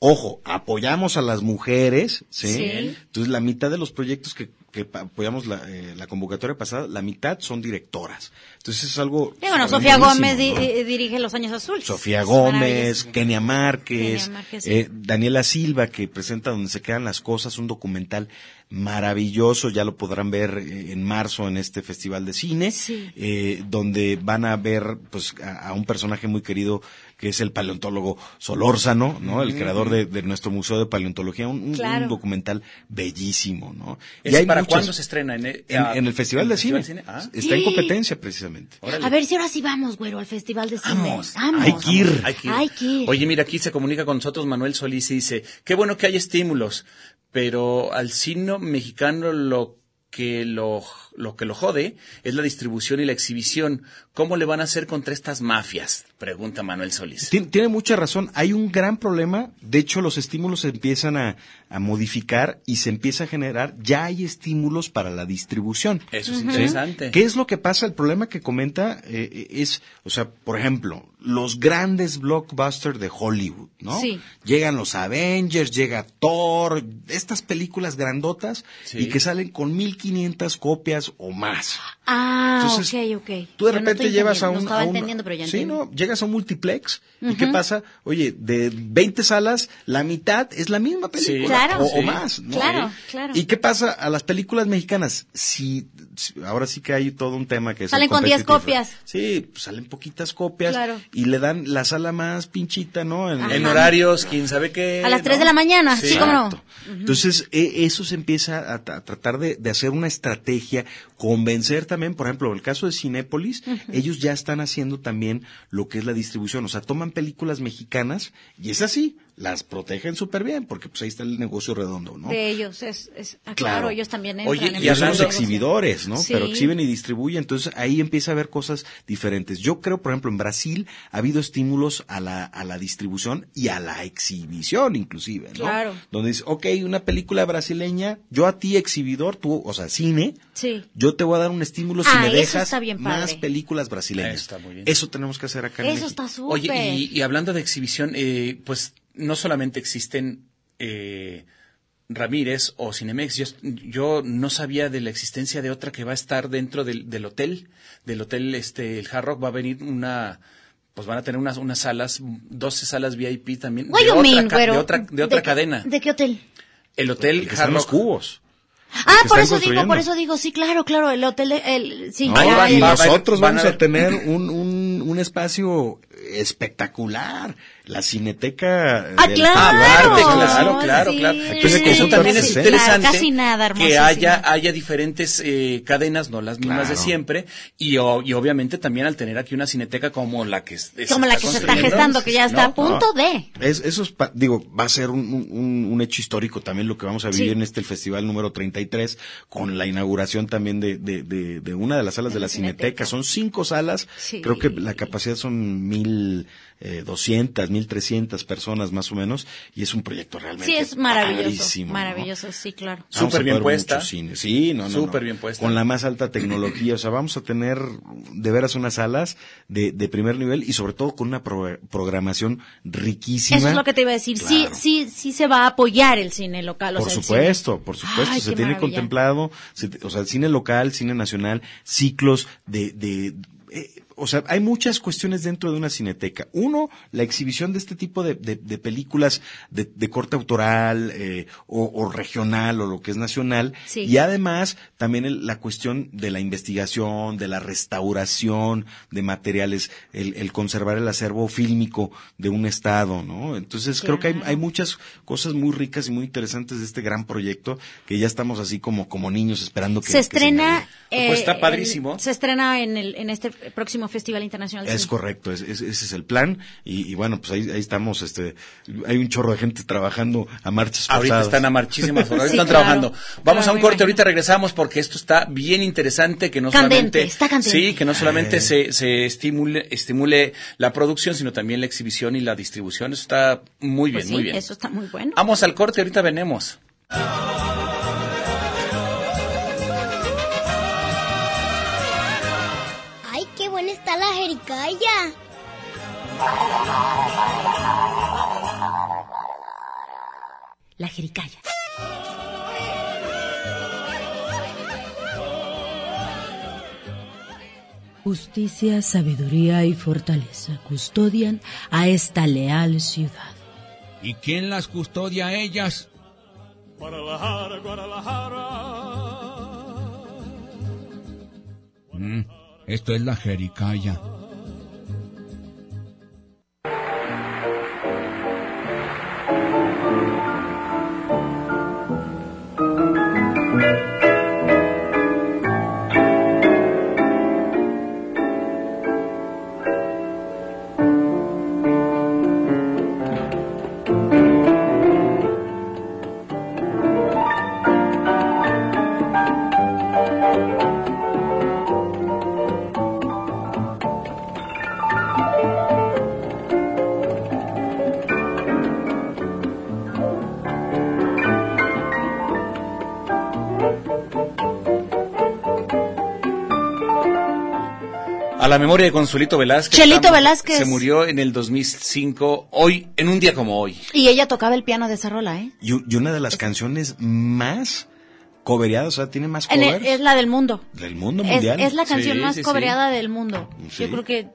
[SPEAKER 5] Ojo, apoyamos a las mujeres, ¿sí?
[SPEAKER 14] Sí.
[SPEAKER 5] Entonces, la mitad de los proyectos que, que pa- apoyamos la, eh, la convocatoria pasada, la mitad son directoras. Entonces, es algo...
[SPEAKER 3] Sí, bueno,
[SPEAKER 5] súper
[SPEAKER 3] Sofía
[SPEAKER 5] buenísimo,
[SPEAKER 3] Gómez di-
[SPEAKER 5] ¿no?
[SPEAKER 3] eh, dirige Los Años Azules.
[SPEAKER 5] Sofía
[SPEAKER 3] Es
[SPEAKER 5] Gómez,
[SPEAKER 3] maravilloso.
[SPEAKER 5] Kenia Márquez,
[SPEAKER 3] Kenia Márquez,
[SPEAKER 5] eh,
[SPEAKER 3] sí.
[SPEAKER 5] Daniela Silva, que presenta Donde se quedan las cosas, un documental maravilloso, ya lo podrán ver eh, en marzo en este festival de cine, eh, donde van a ver pues a, a un personaje muy querido que es el paleontólogo Solórzano, ¿no? El
[SPEAKER 2] Ujú.
[SPEAKER 5] creador de, de nuestro Museo de Paleontología, un, un-
[SPEAKER 2] Claro.
[SPEAKER 5] un documental bellísimo, ¿no?
[SPEAKER 2] ¿Es para
[SPEAKER 5] muchas-
[SPEAKER 2] cuándo se estrena? ¿En el,
[SPEAKER 5] En,
[SPEAKER 2] ah,
[SPEAKER 5] en el Festival de Cine.
[SPEAKER 2] Ah.
[SPEAKER 5] Está en competencia precisamente.
[SPEAKER 3] A ver si ahora sí vamos, güero, al Festival de Cine. Vamos.
[SPEAKER 2] Hay que ir.
[SPEAKER 3] Hay que ir.
[SPEAKER 2] Oye, mira, aquí se comunica con nosotros Manuel Solís y dice, qué bueno que hay estímulos, pero al cine mexicano lo que lo, lo que lo jode es la distribución y la exhibición. ¿Cómo le van a hacer contra estas mafias? Pregunta Manuel Solís.
[SPEAKER 5] Tien- tiene mucha razón. Hay un gran problema. De hecho, los estímulos se empiezan a, a modificar y se empieza a generar. Ya hay estímulos para la distribución.
[SPEAKER 2] Eso es
[SPEAKER 5] ¿Sí?
[SPEAKER 2] interesante.
[SPEAKER 5] ¿Qué es lo que pasa? El problema que comenta eh, eh, es, o sea, por ejemplo, los grandes blockbusters de Hollywood, ¿no?
[SPEAKER 14] Sí.
[SPEAKER 5] Llegan los Avengers, llega Thor, estas películas grandotas y que salen con 1500 copias o más.
[SPEAKER 3] Ah,
[SPEAKER 5] Entonces,
[SPEAKER 3] ok, ok.
[SPEAKER 5] Tú de
[SPEAKER 3] Yo no
[SPEAKER 5] repente
[SPEAKER 3] estoy
[SPEAKER 5] llevas a
[SPEAKER 3] entendiendo,
[SPEAKER 5] un...
[SPEAKER 3] No estaba
[SPEAKER 5] a un-
[SPEAKER 3] entendiendo, pero ya
[SPEAKER 5] sí,
[SPEAKER 3] entendí.
[SPEAKER 5] no, llegas a un multiplex y
[SPEAKER 3] Ujú.
[SPEAKER 5] ¿qué pasa? Oye, de 20 salas, la mitad es la misma película.
[SPEAKER 3] Sí. Claro.
[SPEAKER 5] o, o
[SPEAKER 3] Sí.
[SPEAKER 5] más. ¿no?
[SPEAKER 3] Claro, claro.
[SPEAKER 5] ¿Y qué pasa a las películas mexicanas? Si, si- ahora sí que hay todo un tema que es el
[SPEAKER 3] Salen con 10
[SPEAKER 5] competitive.
[SPEAKER 3] copias.
[SPEAKER 5] Sí, pues, salen poquitas copias
[SPEAKER 3] Claro.
[SPEAKER 5] y le dan la sala más pinchita, ¿no? En,
[SPEAKER 2] En horarios, quién sabe qué.
[SPEAKER 3] A las
[SPEAKER 2] ¿no?
[SPEAKER 3] 3 de la mañana, sí, cómo no.
[SPEAKER 5] Exacto. Entonces, e- eso se empieza a, tra- a tratar de, de hacer una estrategia, convencer también, por ejemplo, el caso de Cinépolis, ellos ya están haciendo también lo que es la distribución. O sea, toman películas mexicanas y es así, las protegen súper bien, porque pues ahí está el negocio redondo, ¿no?
[SPEAKER 3] De ellos, es, es ah, claro.
[SPEAKER 5] Claro.
[SPEAKER 3] ellos también entran.
[SPEAKER 5] Oye,
[SPEAKER 3] en
[SPEAKER 5] y
[SPEAKER 3] el
[SPEAKER 5] son los
[SPEAKER 3] negocio.
[SPEAKER 5] exhibidores, ¿no?
[SPEAKER 3] Sí.
[SPEAKER 5] Pero exhiben y distribuyen, entonces ahí empieza a haber cosas diferentes. Yo creo, por ejemplo, en Brasil ha habido estímulos a la, a la distribución y a la exhibición, inclusive, ¿no?
[SPEAKER 3] Claro.
[SPEAKER 5] Donde dice, ok, una película brasileña, yo a ti exhibidor, tú, o sea, cine,
[SPEAKER 3] Sí.
[SPEAKER 5] yo te voy a dar un estímulo si
[SPEAKER 3] Ah,
[SPEAKER 5] me
[SPEAKER 3] eso
[SPEAKER 5] dejas
[SPEAKER 3] está bien padre.
[SPEAKER 5] más películas brasileñas.
[SPEAKER 2] Está muy bien.
[SPEAKER 5] Eso tenemos que hacer acá en
[SPEAKER 3] Eso
[SPEAKER 5] México.
[SPEAKER 3] está súper.
[SPEAKER 2] Oye, y, y hablando de exhibición, eh, pues no solamente existen eh, Ramírez o Cinemex, yo, yo no sabía de la existencia de otra que va a estar dentro del, del hotel, del hotel, este, el Hard Rock va a venir una... Pues van a tener unas, unas salas, 12 salas VIP también.
[SPEAKER 3] What
[SPEAKER 2] de,
[SPEAKER 3] you
[SPEAKER 2] otra,
[SPEAKER 3] mean,
[SPEAKER 2] ca-
[SPEAKER 3] güero?
[SPEAKER 2] de otra, de otra
[SPEAKER 3] qué-
[SPEAKER 2] cadena.
[SPEAKER 3] ¿De qué hotel?
[SPEAKER 2] el hotel
[SPEAKER 5] El que está
[SPEAKER 2] Hard
[SPEAKER 5] en los
[SPEAKER 2] Rock.
[SPEAKER 5] cubos.
[SPEAKER 3] Ah,
[SPEAKER 5] que
[SPEAKER 3] por
[SPEAKER 5] están
[SPEAKER 3] eso digo, por
[SPEAKER 5] construyendo.
[SPEAKER 3] eso digo, sí, claro, claro, el hotel, el, sí,
[SPEAKER 5] No,
[SPEAKER 3] ya,
[SPEAKER 2] Ahí va,
[SPEAKER 3] el-
[SPEAKER 5] y
[SPEAKER 2] va,
[SPEAKER 5] nosotros
[SPEAKER 2] van a
[SPEAKER 5] vamos a,
[SPEAKER 2] ver.
[SPEAKER 5] tener un, un, un espacio espectacular, la Cineteca. eh,
[SPEAKER 3] Ah,
[SPEAKER 5] del
[SPEAKER 3] claro.
[SPEAKER 5] Palacio
[SPEAKER 2] Aparte,
[SPEAKER 5] de San
[SPEAKER 2] claro,
[SPEAKER 5] Luis.
[SPEAKER 2] claro,
[SPEAKER 3] sí.
[SPEAKER 2] claro.
[SPEAKER 3] Aquí
[SPEAKER 2] Entonces,
[SPEAKER 5] se
[SPEAKER 2] eso
[SPEAKER 5] consultan
[SPEAKER 2] también
[SPEAKER 5] casi
[SPEAKER 2] es
[SPEAKER 5] nada,
[SPEAKER 2] interesante
[SPEAKER 3] casi nada,
[SPEAKER 2] que
[SPEAKER 3] hermosísima.
[SPEAKER 2] haya, haya diferentes eh, cadenas, no las mismas de
[SPEAKER 5] Claro.
[SPEAKER 2] siempre, y, o- y obviamente también al tener aquí una cineteca como la que es-
[SPEAKER 3] como la que se está
[SPEAKER 2] construyendo,
[SPEAKER 3] gestando, que ya está a
[SPEAKER 2] ¿no?
[SPEAKER 3] punto
[SPEAKER 5] No.
[SPEAKER 3] de.
[SPEAKER 5] Es, eso es pa- digo, va a ser un, un- un- un hecho histórico también lo que vamos a vivir en este el festival número 33, con la inauguración también de, de, de- de una de las salas de, la Cineteca. Son cinco salas,
[SPEAKER 3] Sí.
[SPEAKER 5] creo que la capacidad son mil eh, doscientas, mil trescientas personas más o menos, y es un proyecto realmente
[SPEAKER 3] Sí, es maravilloso.
[SPEAKER 5] padrísimo, ¿no?
[SPEAKER 3] maravilloso, sí, claro.
[SPEAKER 5] Ah, Vamos a
[SPEAKER 2] Súper bien
[SPEAKER 5] poder ver
[SPEAKER 2] puesta.
[SPEAKER 5] mucho cine. Sí, no, no, no.
[SPEAKER 2] Súper bien puesta.
[SPEAKER 5] Con la más alta tecnología. O sea, vamos a tener de veras unas salas de, de primer nivel y sobre todo con una pro- programación riquísima.
[SPEAKER 3] Eso es lo que te iba a decir.
[SPEAKER 5] Claro.
[SPEAKER 3] Sí, sí, sí se va a apoyar el cine local. o
[SPEAKER 5] Por
[SPEAKER 3] sea, el
[SPEAKER 5] supuesto,
[SPEAKER 3] cine.
[SPEAKER 5] por supuesto,
[SPEAKER 3] Ay,
[SPEAKER 5] se
[SPEAKER 3] qué
[SPEAKER 5] tiene
[SPEAKER 3] maravilla.
[SPEAKER 5] contemplado, se te- o sea, cine local, cine nacional, ciclos de, de eh, o sea, hay muchas cuestiones dentro de una cineteca. Uno, la exhibición de este tipo de, de- de películas de, de corte autoral eh, o, o regional o lo que es nacional.
[SPEAKER 3] Sí.
[SPEAKER 5] Y además, también el- la cuestión de la investigación, de la restauración de materiales, el, el conservar el acervo fílmico de un Estado, ¿no? Entonces, creo que hay, hay muchas cosas muy ricas y muy interesantes de este gran proyecto que ya estamos así como, como niños esperando que
[SPEAKER 3] Se estrena.
[SPEAKER 2] que se inaugure. Pues está
[SPEAKER 3] el-
[SPEAKER 2] padrísimo.
[SPEAKER 3] se estrena en, el, en este próximo Festival Internacional. de
[SPEAKER 5] Es
[SPEAKER 3] Cine.
[SPEAKER 5] correcto, es- es- ese es el plan y, y bueno, pues ahí, ahí estamos, este, hay un chorro de gente trabajando a marchas
[SPEAKER 2] Ahorita
[SPEAKER 5] forzadas.
[SPEAKER 2] están a marchísimas horas,
[SPEAKER 3] (laughs) Sí,
[SPEAKER 2] están
[SPEAKER 3] claro.
[SPEAKER 2] trabajando. Vamos
[SPEAKER 3] Claro,
[SPEAKER 2] a un
[SPEAKER 3] me
[SPEAKER 2] corte,
[SPEAKER 3] imagino.
[SPEAKER 2] ahorita regresamos porque esto está bien interesante, que no
[SPEAKER 3] Candente,
[SPEAKER 2] solamente
[SPEAKER 3] está candente.
[SPEAKER 2] Sí, que no solamente se, se estimule estimule la producción, sino también la exhibición y la distribución. Eso está muy bien,
[SPEAKER 3] Pues sí,
[SPEAKER 2] muy bien. Ah.
[SPEAKER 3] Eso está muy bueno.
[SPEAKER 2] Vamos al corte, ahorita venemos.
[SPEAKER 15] ¡Ay, qué buena está la jericaya!
[SPEAKER 16] La jericaya.
[SPEAKER 17] Justicia, sabiduría y fortaleza custodian a esta leal ciudad.
[SPEAKER 18] ¿Y quién las custodia a ellas?
[SPEAKER 19] Guadalajara, Guadalajara.
[SPEAKER 18] Mm, esto es la jericaya.
[SPEAKER 2] A la memoria de Consuelito Velázquez.
[SPEAKER 3] Chelito
[SPEAKER 2] Estamos-
[SPEAKER 3] Velázquez.
[SPEAKER 2] Se murió en el 2005, hoy, en un día como hoy.
[SPEAKER 3] Y ella tocaba el piano de esa rola, ¿eh?
[SPEAKER 5] Y, u- y una de las canciones más covereadas, o sea, tiene más
[SPEAKER 3] En el-
[SPEAKER 5] covers
[SPEAKER 3] es la del mundo.
[SPEAKER 5] del mundo
[SPEAKER 3] Es,
[SPEAKER 5] mundial.
[SPEAKER 3] es la
[SPEAKER 2] Sí,
[SPEAKER 3] canción más
[SPEAKER 2] sí, sí.
[SPEAKER 3] cobreada del mundo.
[SPEAKER 5] Sí.
[SPEAKER 3] Yo creo que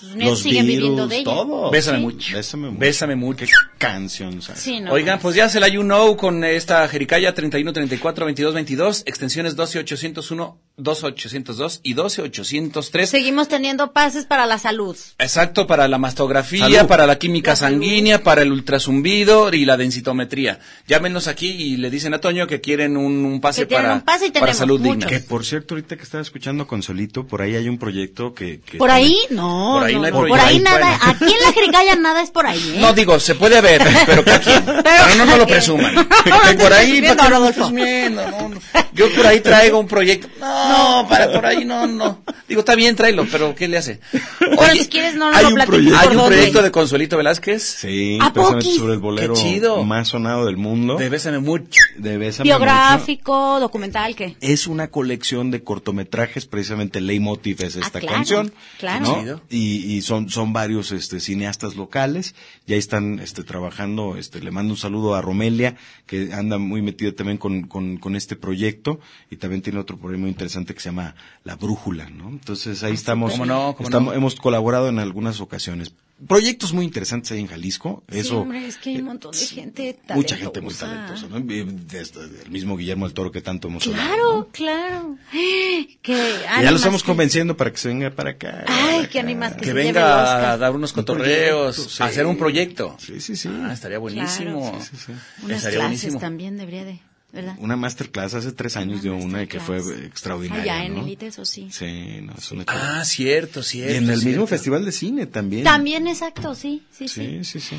[SPEAKER 3] sus nietos
[SPEAKER 5] Los
[SPEAKER 3] siguen viviendo
[SPEAKER 5] virus,
[SPEAKER 3] de ella.
[SPEAKER 5] todo.
[SPEAKER 2] Bésame
[SPEAKER 5] Sí.
[SPEAKER 2] mucho.
[SPEAKER 5] Bésame mucho.
[SPEAKER 2] Bésame mucho.
[SPEAKER 5] Canción, ¿sabes?
[SPEAKER 3] Sí, no.
[SPEAKER 2] Oigan, pues ya se la you know con esta Jericaya 31, 34, 22, 22, extensiones 12, 801 12802 y 12803.
[SPEAKER 1] Seguimos teniendo pases para la salud.
[SPEAKER 2] Exacto, para la mastografía,
[SPEAKER 1] Salud.
[SPEAKER 2] para la química sanguínea, para el ultrasumbido y la densitometría. Llámenos aquí y le dicen a Toño que quieren un, un pase
[SPEAKER 1] Que quieren
[SPEAKER 2] para,
[SPEAKER 1] un pase y
[SPEAKER 2] para
[SPEAKER 1] tenemos
[SPEAKER 2] salud digna.
[SPEAKER 5] Que por cierto, ahorita que estaba escuchando Consolito, por ahí hay un proyecto que... que-
[SPEAKER 3] Por ahí, no.
[SPEAKER 5] Por ahí no hay
[SPEAKER 3] por
[SPEAKER 5] proyecto.
[SPEAKER 3] ahí nada.
[SPEAKER 5] Bueno.
[SPEAKER 3] Aquí en la Jericaya nada es por ahí, ¿eh?
[SPEAKER 2] No digo, se puede haber, pero
[SPEAKER 1] (laughs)
[SPEAKER 2] que aquí, pero no nos lo presuman. Que por ahí,
[SPEAKER 3] presumiendo,
[SPEAKER 2] para que no
[SPEAKER 3] Rodolfo.
[SPEAKER 2] presumiendo, no, no. yo por ahí traigo un proyecto. No, para por ahí no, no. Digo, está bien, tráelo, pero ¿qué le hace?
[SPEAKER 1] Pero si quieres no nos
[SPEAKER 2] hay
[SPEAKER 1] lo
[SPEAKER 2] un
[SPEAKER 1] platiques
[SPEAKER 2] proyecto,
[SPEAKER 1] por
[SPEAKER 2] hay un
[SPEAKER 1] dónde.
[SPEAKER 2] proyecto de Consuelito Velázquez.
[SPEAKER 5] Sí,
[SPEAKER 1] ¿A
[SPEAKER 5] precisamente
[SPEAKER 1] poquis?
[SPEAKER 5] sobre el bolero
[SPEAKER 2] Qué chido.
[SPEAKER 5] más sonado del mundo.
[SPEAKER 2] De Bésame Mucho.
[SPEAKER 5] De Bésame Mucho.
[SPEAKER 3] Biográfico, documental, ¿qué?
[SPEAKER 5] Es una colección de cortometrajes, precisamente el leitmotiv es esta
[SPEAKER 3] claro,
[SPEAKER 5] canción.
[SPEAKER 3] claro.
[SPEAKER 5] ¿no?
[SPEAKER 3] Chido.
[SPEAKER 5] Y, y son, son varios este, cineastas locales, ya están este, trabajando, este, le mando un saludo a Romelia, que anda muy metida también con, con, con este proyecto, y también tiene otro proyecto muy interesante que se llama La Brújula, ¿no? Entonces ahí estamos,
[SPEAKER 2] ¿Cómo no? ¿Cómo
[SPEAKER 5] estamos-
[SPEAKER 2] no?
[SPEAKER 5] hemos colaborado en algunas ocasiones. Proyectos muy interesantes ahí en Jalisco,
[SPEAKER 3] Sí,
[SPEAKER 5] eso...
[SPEAKER 3] hombre, es que hay un montón de gente talentosa.
[SPEAKER 5] Mucha gente muy talentosa, ¿no? Eh, desde El mismo Guillermo del Toro que tanto hemos hablado.
[SPEAKER 3] Claro, claro. (gasps) Que,
[SPEAKER 5] Que ya lo
[SPEAKER 3] ánimas
[SPEAKER 5] estamos
[SPEAKER 3] que-
[SPEAKER 5] convenciendo para que se venga para acá.
[SPEAKER 3] Ay, qué animas que,
[SPEAKER 2] Que
[SPEAKER 3] se lleve el
[SPEAKER 2] venga a
[SPEAKER 3] Oscar.
[SPEAKER 2] dar unos cotorreos,
[SPEAKER 5] proyecto, sí.
[SPEAKER 2] a hacer un proyecto.
[SPEAKER 5] Sí, sí, sí.
[SPEAKER 2] Ah, estaría buenísimo.
[SPEAKER 3] Claro. Unas
[SPEAKER 2] Estaría
[SPEAKER 3] clases
[SPEAKER 2] buenísimo.
[SPEAKER 3] también debería de, ¿verdad? Ah, pues
[SPEAKER 5] Una masterclass hace tres años dio una y que fue extraordinaria.
[SPEAKER 3] Allá Ah, en
[SPEAKER 5] ¿no?
[SPEAKER 3] Elite, eso sí.
[SPEAKER 5] Sí, no, es una
[SPEAKER 2] Ah, cierto, cierto.
[SPEAKER 5] Y en el
[SPEAKER 2] cierto.
[SPEAKER 5] mismo festival de cine también.
[SPEAKER 3] También, exacto, sí, sí, sí.
[SPEAKER 5] Sí, sí, sí.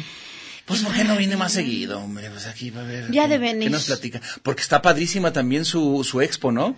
[SPEAKER 2] Pues ¿por qué no viene más seguido, hombre? Pues aquí va a ver.
[SPEAKER 3] Ya
[SPEAKER 2] qué-
[SPEAKER 3] de venir.
[SPEAKER 2] ¿Qué nos platica? Porque está padrísima también su, su expo, ¿no?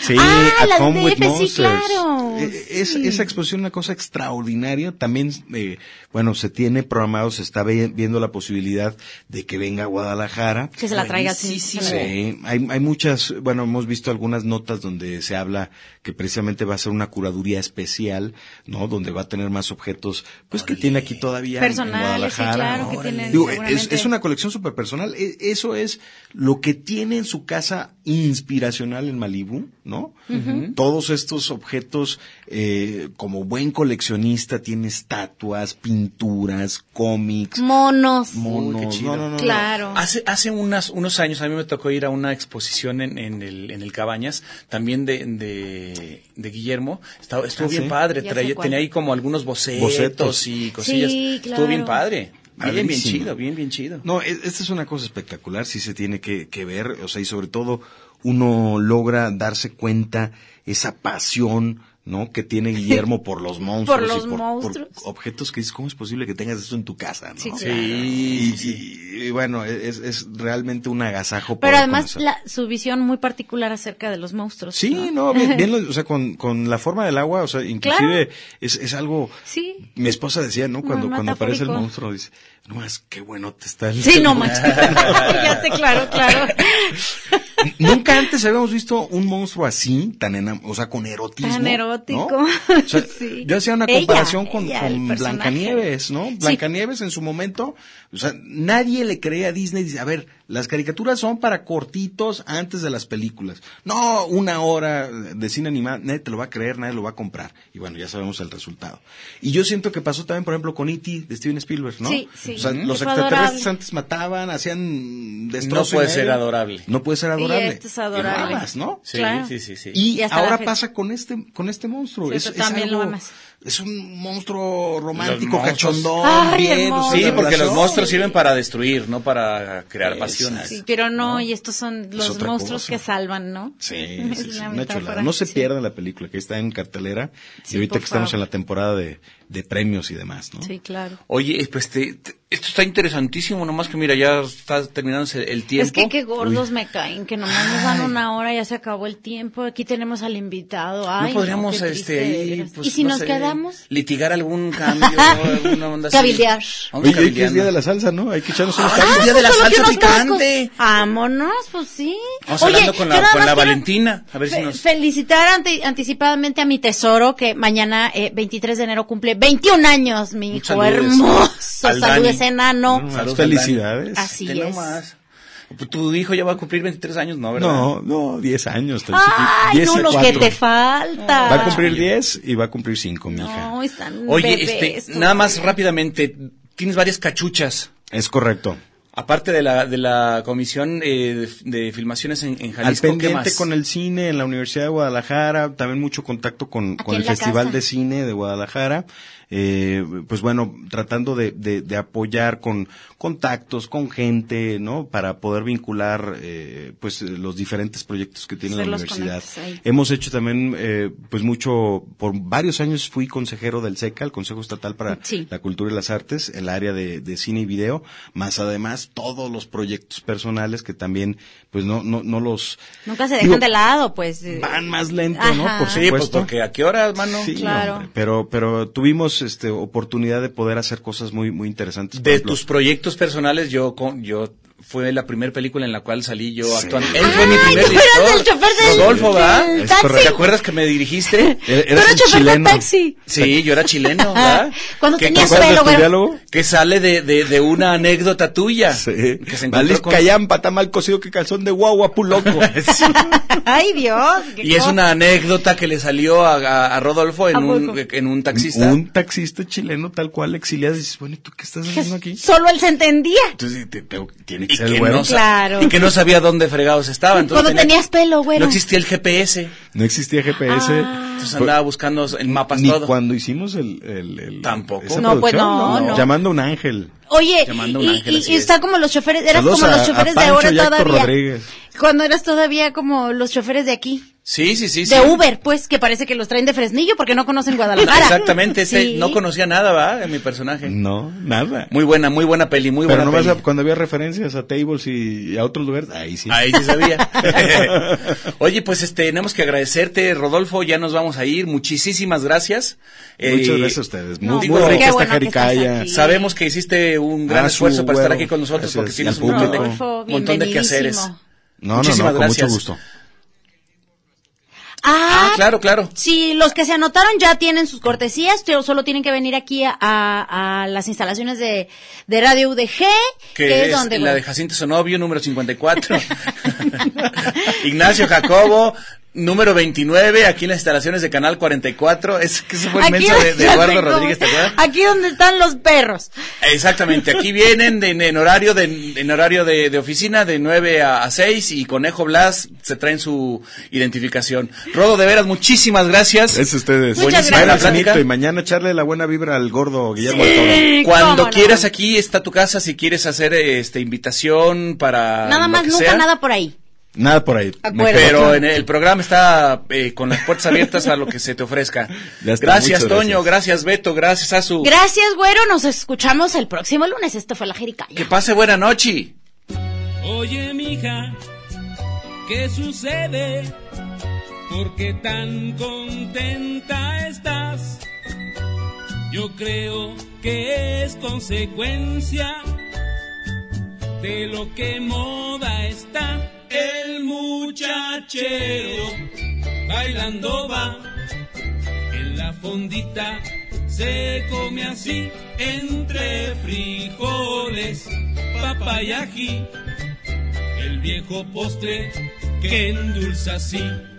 [SPEAKER 5] Sí,
[SPEAKER 3] Ah,
[SPEAKER 5] At
[SPEAKER 3] la
[SPEAKER 5] Home
[SPEAKER 3] de
[SPEAKER 5] with
[SPEAKER 3] DF, sí,
[SPEAKER 5] Monsters.
[SPEAKER 3] claro.
[SPEAKER 5] Eh, es-
[SPEAKER 3] Sí.
[SPEAKER 5] Esa exposición es una cosa extraordinaria. También, eh, bueno, se tiene programado, se está ve- viendo la posibilidad de que venga a Guadalajara.
[SPEAKER 1] Que se la traiga así.
[SPEAKER 5] Sí, hay, hay muchas, bueno, hemos visto algunas notas donde se habla que precisamente va a ser una curaduría especial, ¿no? Donde va a tener más objetos, pues que tiene aquí todavía en- en
[SPEAKER 3] Personales, sí,
[SPEAKER 5] Guadalajara,
[SPEAKER 3] claro,
[SPEAKER 5] ¿no?
[SPEAKER 3] que tienen
[SPEAKER 5] Digo, es,
[SPEAKER 3] seguramente.
[SPEAKER 5] es una colección súper personal. E- Eso es lo que tiene en su casa inspiracional en Malibu, ¿no?
[SPEAKER 3] Ujú.
[SPEAKER 5] Todos estos objetos, eh, como buen coleccionista, tiene estatuas, pinturas, cómics,
[SPEAKER 3] Monos.
[SPEAKER 5] monos.
[SPEAKER 2] Uy, qué chido.
[SPEAKER 5] No, no, no, no.
[SPEAKER 3] Mm. Claro.
[SPEAKER 2] Hace, hace unas, unos años a mí me tocó ir a una exposición en, en el, en el Cabañas, también de, de, de Guillermo. Estaba, estuvo
[SPEAKER 5] Ah,
[SPEAKER 2] bien
[SPEAKER 5] sí.
[SPEAKER 2] padre,
[SPEAKER 3] Ya sé
[SPEAKER 2] traía-
[SPEAKER 3] cuál.
[SPEAKER 2] tenía ahí como algunos bocetos,
[SPEAKER 5] Bocetos.
[SPEAKER 2] y cosillas.
[SPEAKER 3] Sí,
[SPEAKER 2] Estuvo bien
[SPEAKER 3] claro.
[SPEAKER 2] padre. Bien, bien
[SPEAKER 5] Padrísimo.
[SPEAKER 2] chido, bien, bien chido.
[SPEAKER 5] No, e- esta es una cosa espectacular, sí se tiene que, que ver, o sea, y sobre todo uno logra darse cuenta esa pasión, ¿no? Que tiene Guillermo
[SPEAKER 3] (laughs)
[SPEAKER 5] por los monstruos.
[SPEAKER 3] Por los
[SPEAKER 5] y
[SPEAKER 3] monstruos.
[SPEAKER 5] objetos que dices, ¿cómo es posible que tengas eso en tu casa, no?
[SPEAKER 3] Sí, claro.
[SPEAKER 2] Sí, sí,
[SPEAKER 5] Y,
[SPEAKER 2] sí.
[SPEAKER 5] y- y bueno, e, es, es realmente un agasajo.
[SPEAKER 3] Pero
[SPEAKER 5] poder
[SPEAKER 3] además
[SPEAKER 5] conocer.
[SPEAKER 3] la, su visión muy particular acerca de los monstruos.
[SPEAKER 5] Sí, no,
[SPEAKER 3] (laughs)
[SPEAKER 5] bien, bien lo- o sea, con, con la forma del agua, o sea, inclusive es, es algo...
[SPEAKER 3] Sí.
[SPEAKER 5] Mi esposa decía, ¿no? Cuando,
[SPEAKER 3] Más
[SPEAKER 5] cuando aparece el
[SPEAKER 3] metafórico.
[SPEAKER 5] monstruo, dice, no más, qué bueno te está el...
[SPEAKER 3] Sí,
[SPEAKER 5] (laughs)
[SPEAKER 3] no manches. (laughs) ya sé, claro, claro.
[SPEAKER 5] Nunca antes habíamos visto un monstruo así, tan enam- o sea, con erotismo.
[SPEAKER 3] Tan
[SPEAKER 5] ¿no?
[SPEAKER 3] erótico.
[SPEAKER 5] O sea,
[SPEAKER 3] (laughs) Sí.
[SPEAKER 5] Yo hacía una
[SPEAKER 3] Ella,
[SPEAKER 5] comparación con,
[SPEAKER 3] ella,
[SPEAKER 5] con
[SPEAKER 3] el personaje.
[SPEAKER 5] Blancanieves, ¿no? Blancanieves en su momento, o sea, nadie le creía a Disney. Dice, a ver, las caricaturas son para cortitos antes de las películas. No, una hora de cine animado, nadie te lo va a creer, nadie lo va a comprar. Y bueno, ya sabemos el resultado. Y yo siento que pasó también, por ejemplo, con E.T. de Steven Spielberg, ¿no?
[SPEAKER 3] Sí, sí. Mm-hmm.
[SPEAKER 5] O sea,
[SPEAKER 3] Ujú.
[SPEAKER 5] los
[SPEAKER 3] Fue
[SPEAKER 5] extraterrestres
[SPEAKER 3] adorable.
[SPEAKER 5] antes mataban, hacían
[SPEAKER 2] No
[SPEAKER 5] destrozos.
[SPEAKER 2] puede ser adorable.
[SPEAKER 5] No puede ser adorable.
[SPEAKER 3] Y esto es adorable.
[SPEAKER 5] Y mamas, ¿no?
[SPEAKER 2] Sí,
[SPEAKER 3] Claro.
[SPEAKER 2] sí, sí, sí.
[SPEAKER 5] Y,
[SPEAKER 3] Y hasta la
[SPEAKER 5] ahora
[SPEAKER 3] fecha.
[SPEAKER 5] pasa con este con este monstruo.
[SPEAKER 3] Sí,
[SPEAKER 5] es,
[SPEAKER 3] pero
[SPEAKER 5] es
[SPEAKER 3] también
[SPEAKER 5] algo-
[SPEAKER 3] lo amas.
[SPEAKER 5] es un monstruo romántico,
[SPEAKER 2] monstruos.
[SPEAKER 5] cachondón.
[SPEAKER 3] Ay,
[SPEAKER 5] bien,
[SPEAKER 3] hermoso.
[SPEAKER 5] o sea,
[SPEAKER 2] Sí,
[SPEAKER 5] la
[SPEAKER 2] porque los
[SPEAKER 5] relación.
[SPEAKER 2] monstruos sirven para destruir, no para crear pasiones.
[SPEAKER 3] Sí, pero no, y estos son los
[SPEAKER 5] otra
[SPEAKER 3] monstruos
[SPEAKER 5] cosa.
[SPEAKER 3] que salvan, ¿no? (laughs)
[SPEAKER 5] Sí,
[SPEAKER 3] Es
[SPEAKER 5] sí, sí,
[SPEAKER 3] una
[SPEAKER 5] una
[SPEAKER 3] metáfora.
[SPEAKER 5] chulada. No se
[SPEAKER 3] Sí.
[SPEAKER 5] pierdan la película que está en cartelera
[SPEAKER 3] Sí,
[SPEAKER 5] y ahorita
[SPEAKER 3] por
[SPEAKER 5] que estamos
[SPEAKER 3] favor.
[SPEAKER 5] en la temporada de, de premios y demás, ¿no?
[SPEAKER 3] Sí, claro.
[SPEAKER 2] Oye, eh, pues te- te- esto está interesantísimo, nomás que mira, ya está terminándose el tiempo.
[SPEAKER 3] Es que qué gordos me caen, que nomás nos dan una hora, ya se acabó el tiempo, aquí tenemos al invitado. Ay,
[SPEAKER 2] no podríamos,
[SPEAKER 3] qué
[SPEAKER 2] este,
[SPEAKER 3] triste, de
[SPEAKER 2] ahí,
[SPEAKER 3] veras.
[SPEAKER 2] pues,
[SPEAKER 3] ¿Y si
[SPEAKER 2] no
[SPEAKER 3] nos
[SPEAKER 2] sé,
[SPEAKER 3] quedamos? (laughs)
[SPEAKER 2] Litigar algún cambio, alguna onda así.
[SPEAKER 3] Cabildear.
[SPEAKER 2] Vamos
[SPEAKER 5] Oye, hoy que es
[SPEAKER 2] cabildeando.
[SPEAKER 5] día de la salsa, ¿no? Hay que echarnos unos
[SPEAKER 2] Ay,
[SPEAKER 5] tacos.
[SPEAKER 2] día de la
[SPEAKER 3] Ah, pues Solo que
[SPEAKER 2] salsa
[SPEAKER 3] unos tacos.
[SPEAKER 2] picante.
[SPEAKER 3] Vámonos, pues sí.
[SPEAKER 2] Vamos
[SPEAKER 3] Oye,
[SPEAKER 2] hablando con
[SPEAKER 3] yo
[SPEAKER 2] la,
[SPEAKER 3] nada
[SPEAKER 2] con
[SPEAKER 3] más
[SPEAKER 2] la
[SPEAKER 3] quiero-
[SPEAKER 2] Valentina, a ver si
[SPEAKER 3] Fe-
[SPEAKER 2] nos...
[SPEAKER 3] Felicitar ante- anticipadamente a mi tesoro que mañana, eh, 23 de enero, cumple 21 años, mi hijo
[SPEAKER 2] saludes.
[SPEAKER 3] hermoso.
[SPEAKER 2] Al
[SPEAKER 3] Saludes,
[SPEAKER 2] Dani.
[SPEAKER 3] enano.
[SPEAKER 5] No,
[SPEAKER 2] Saludos,
[SPEAKER 5] Felicidades.
[SPEAKER 3] Así
[SPEAKER 2] Te
[SPEAKER 3] es.
[SPEAKER 2] nomás. Pues, Tu hijo ya va a cumplir 23 años, ¿no? ¿verdad?
[SPEAKER 5] No, no, 10 años. tan chiquito.
[SPEAKER 3] Ay,
[SPEAKER 5] 10
[SPEAKER 3] no,
[SPEAKER 5] y
[SPEAKER 3] lo que
[SPEAKER 5] cuatro.
[SPEAKER 3] te falta.
[SPEAKER 5] Va a cumplir 10 y va a cumplir 5, mija.
[SPEAKER 3] No, están
[SPEAKER 2] Oye,
[SPEAKER 3] bebés pues.
[SPEAKER 2] este, nada
[SPEAKER 3] todavía.
[SPEAKER 2] más rápidamente, tienes varias cachuchas.
[SPEAKER 5] Es correcto.
[SPEAKER 2] Aparte de la, de la comisión eh, de, de, filmaciones en, en Jalisco,
[SPEAKER 5] Al
[SPEAKER 2] ¿qué
[SPEAKER 5] pendiente
[SPEAKER 2] más?
[SPEAKER 5] con el cine en la Universidad de Guadalajara, también mucho contacto con, con
[SPEAKER 3] en
[SPEAKER 5] el
[SPEAKER 3] la
[SPEAKER 5] Festival
[SPEAKER 3] casa.
[SPEAKER 5] de Cine de Guadalajara. Eh, pues bueno, tratando de, de- de apoyar con contactos, con gente, ¿no? Para poder vincular, eh, pues, eh, los diferentes proyectos que tiene
[SPEAKER 3] Hacer
[SPEAKER 5] la
[SPEAKER 3] los
[SPEAKER 5] universidad.
[SPEAKER 3] conectes ahí.
[SPEAKER 5] Hemos hecho también, eh, pues mucho, por varios años fui consejero del SECA, el Consejo Estatal para
[SPEAKER 3] Sí.
[SPEAKER 5] la Cultura y las Artes, el área de, de cine y video, más además todos los proyectos personales que también, pues no, no, no los
[SPEAKER 3] Nunca se dejan
[SPEAKER 5] Digo,
[SPEAKER 3] de lado, pues. eh,
[SPEAKER 5] van más lento,
[SPEAKER 3] Ajá.
[SPEAKER 5] ¿no? Por
[SPEAKER 3] Sí,
[SPEAKER 2] pues,
[SPEAKER 5] supuesto.
[SPEAKER 2] porque ¿a qué horas, mano?
[SPEAKER 5] Sí,
[SPEAKER 3] Claro.
[SPEAKER 5] hombre, pero, pero tuvimos este oportunidad de poder hacer cosas muy, muy interesantes. Por
[SPEAKER 2] De
[SPEAKER 5] ejemplo,
[SPEAKER 2] tus proyectos personales, yo con, yo fue la primera película en la cual salí yo
[SPEAKER 5] Sí.
[SPEAKER 2] actuando. Él fue mi primer
[SPEAKER 3] tú eras
[SPEAKER 2] director.
[SPEAKER 3] el chofer del-
[SPEAKER 2] Rodolfo, ¿verdad?
[SPEAKER 3] del Es taxi.
[SPEAKER 2] ¿Te acuerdas que me dirigiste?
[SPEAKER 5] e-
[SPEAKER 3] Pero
[SPEAKER 5] eras un
[SPEAKER 3] chofer de
[SPEAKER 5] chileno.
[SPEAKER 3] taxi.
[SPEAKER 2] Sí, yo era chileno, ¿verdad?
[SPEAKER 3] Ah, Cuando
[SPEAKER 2] ¿Qué
[SPEAKER 3] tenías
[SPEAKER 2] cosa
[SPEAKER 5] de
[SPEAKER 3] pelo,
[SPEAKER 5] tu
[SPEAKER 3] güey.
[SPEAKER 5] diálogo?
[SPEAKER 2] Que sale de, de, de una anécdota tuya. Que se encontró
[SPEAKER 5] Valís
[SPEAKER 2] con-
[SPEAKER 5] callampa, está mal cocido que calzón de guagua,
[SPEAKER 2] (laughs)
[SPEAKER 5] puloco.
[SPEAKER 3] (laughs) Ay, Dios. qué
[SPEAKER 2] Y es
[SPEAKER 3] cosa.
[SPEAKER 2] una anécdota que le salió a, a- a Rodolfo en
[SPEAKER 3] ¿A
[SPEAKER 2] un,
[SPEAKER 3] poco?
[SPEAKER 2] en un taxista.
[SPEAKER 5] Un taxista chileno tal cual exiliado. Dices, bueno, ¿y tú qué estás haciendo aquí?
[SPEAKER 3] Solo él se entendía.
[SPEAKER 5] Entonces, te- te- tiene que
[SPEAKER 2] Y
[SPEAKER 5] ser
[SPEAKER 2] que,
[SPEAKER 5] güero.
[SPEAKER 2] no sa-
[SPEAKER 3] Claro.
[SPEAKER 2] y que no sabía dónde fregados estaba. Entonces
[SPEAKER 3] Cuando
[SPEAKER 2] tenía-
[SPEAKER 3] tenías pelo, güero.
[SPEAKER 2] No existía el GPS.
[SPEAKER 5] No existía GPS.
[SPEAKER 3] Ah.
[SPEAKER 2] Entonces
[SPEAKER 5] Fue-
[SPEAKER 2] andaba buscando en mapas
[SPEAKER 5] ni
[SPEAKER 2] todo.
[SPEAKER 5] cuando hicimos el, el, el-
[SPEAKER 2] Tampoco.
[SPEAKER 5] esa
[SPEAKER 3] No, pues,
[SPEAKER 5] producción,
[SPEAKER 3] no, no.
[SPEAKER 5] llamando a un ángel
[SPEAKER 3] Oye,
[SPEAKER 2] Llamando a un
[SPEAKER 3] y,
[SPEAKER 2] ángel,
[SPEAKER 3] y-
[SPEAKER 2] así
[SPEAKER 3] y
[SPEAKER 2] es.
[SPEAKER 3] está como los choferes, eras
[SPEAKER 5] Saludos
[SPEAKER 3] como
[SPEAKER 5] a-
[SPEAKER 3] los
[SPEAKER 5] a
[SPEAKER 3] choferes de
[SPEAKER 5] Pancho
[SPEAKER 3] ahora
[SPEAKER 5] y Héctor
[SPEAKER 3] todavía.
[SPEAKER 5] Rodríguez.
[SPEAKER 3] Cuando eras todavía como los choferes de aquí.
[SPEAKER 2] Sí, sí, sí.
[SPEAKER 3] de
[SPEAKER 2] sí.
[SPEAKER 3] Uber, pues, que parece que los traen de Fresnillo porque no conocen
[SPEAKER 2] No,
[SPEAKER 3] Guadalajara.
[SPEAKER 2] exactamente, ese
[SPEAKER 3] Sí.
[SPEAKER 2] no conocía nada, ¿va? De mi personaje.
[SPEAKER 5] no nada
[SPEAKER 2] Muy buena, muy buena peli, muy
[SPEAKER 5] pero
[SPEAKER 2] buena
[SPEAKER 5] no
[SPEAKER 2] peli.
[SPEAKER 5] cuando había referencias a tables y, y a otros lugares ahí sí
[SPEAKER 2] Ahí sí
[SPEAKER 5] (laughs)
[SPEAKER 2] sabía. Oye, pues este, tenemos que agradecerte, Rodolfo, ya nos vamos a ir. Muchísimas gracias.
[SPEAKER 5] muchas
[SPEAKER 2] Eh,
[SPEAKER 5] gracias a ustedes
[SPEAKER 3] No, pues,
[SPEAKER 2] digo,
[SPEAKER 5] muy, muy
[SPEAKER 2] qué
[SPEAKER 5] rica esta
[SPEAKER 3] bueno que estás
[SPEAKER 5] jericaya
[SPEAKER 3] aquí.
[SPEAKER 2] Sabemos que hiciste un gran
[SPEAKER 5] Ah, su
[SPEAKER 2] esfuerzo para estar
[SPEAKER 5] huevo.
[SPEAKER 2] aquí con nosotros
[SPEAKER 5] Gracias.
[SPEAKER 2] porque
[SPEAKER 5] Y
[SPEAKER 2] tienes
[SPEAKER 5] al
[SPEAKER 2] un montón de,
[SPEAKER 5] público.
[SPEAKER 2] un montón de quehaceres.
[SPEAKER 3] bienvenidísimo.
[SPEAKER 5] no no no
[SPEAKER 2] Muchísimas
[SPEAKER 5] con
[SPEAKER 2] gracias.
[SPEAKER 5] mucho gusto
[SPEAKER 3] Ah,
[SPEAKER 2] Ah, claro, claro.
[SPEAKER 3] Sí, los que se anotaron ya tienen sus cortesías, tío, solo tienen que venir aquí a, a- a las instalaciones de, de Radio UDG,
[SPEAKER 2] Que,
[SPEAKER 3] que
[SPEAKER 2] es,
[SPEAKER 3] es donde...
[SPEAKER 2] la
[SPEAKER 3] bueno,
[SPEAKER 2] de Jacinto Sonovio, número
[SPEAKER 3] (laughs)
[SPEAKER 2] 54. Ignacio Jacobo, número 29, aquí en las instalaciones de Canal 44. Es que eso fue inmensa de,
[SPEAKER 3] (laughs)
[SPEAKER 2] de
[SPEAKER 3] ya
[SPEAKER 2] Eduardo
[SPEAKER 3] sé cómo-
[SPEAKER 2] Rodríguez, ¿te acuerdas?
[SPEAKER 3] Aquí donde están los perros.
[SPEAKER 2] Exactamente, aquí vienen de- en, horario de, en horario de, de oficina de 9 a, a 6 y Conejo Blas se traen su identificación. Rodo, de veras, muchísimas gracias.
[SPEAKER 5] es ustedes
[SPEAKER 3] Muchas
[SPEAKER 2] Buenísima
[SPEAKER 3] gracias.
[SPEAKER 2] la plática.
[SPEAKER 5] y mañana echarle la buena vibra al gordo Guillermo
[SPEAKER 3] Sí.
[SPEAKER 5] del Toro.
[SPEAKER 3] (laughs)
[SPEAKER 2] Cuando
[SPEAKER 3] cómo no.
[SPEAKER 2] quieras aquí está tu casa si quieres hacer este invitación para
[SPEAKER 3] Nada
[SPEAKER 2] lo
[SPEAKER 3] más,
[SPEAKER 2] que
[SPEAKER 3] nunca
[SPEAKER 2] sea.
[SPEAKER 3] nada por ahí.
[SPEAKER 5] nada por ahí
[SPEAKER 3] Acuerdo.
[SPEAKER 2] Pero en el programa está eh, con las puertas abiertas a lo que se te ofrezca.
[SPEAKER 5] Ya está,
[SPEAKER 2] gracias,
[SPEAKER 5] muchas
[SPEAKER 2] Toño, gracias, Beto, gracias a su
[SPEAKER 3] Gracias, güero, nos escuchamos el próximo lunes. Esto fue La Jericaya.
[SPEAKER 2] que pase buena noche.
[SPEAKER 18] Oye, mija, ¿qué sucede? ¿Por qué tan contenta estás? Yo creo que es consecuencia de lo que moda está. El muchachero bailando va en la fondita. Se come así entre frijoles, papayají el viejo postre que endulza así.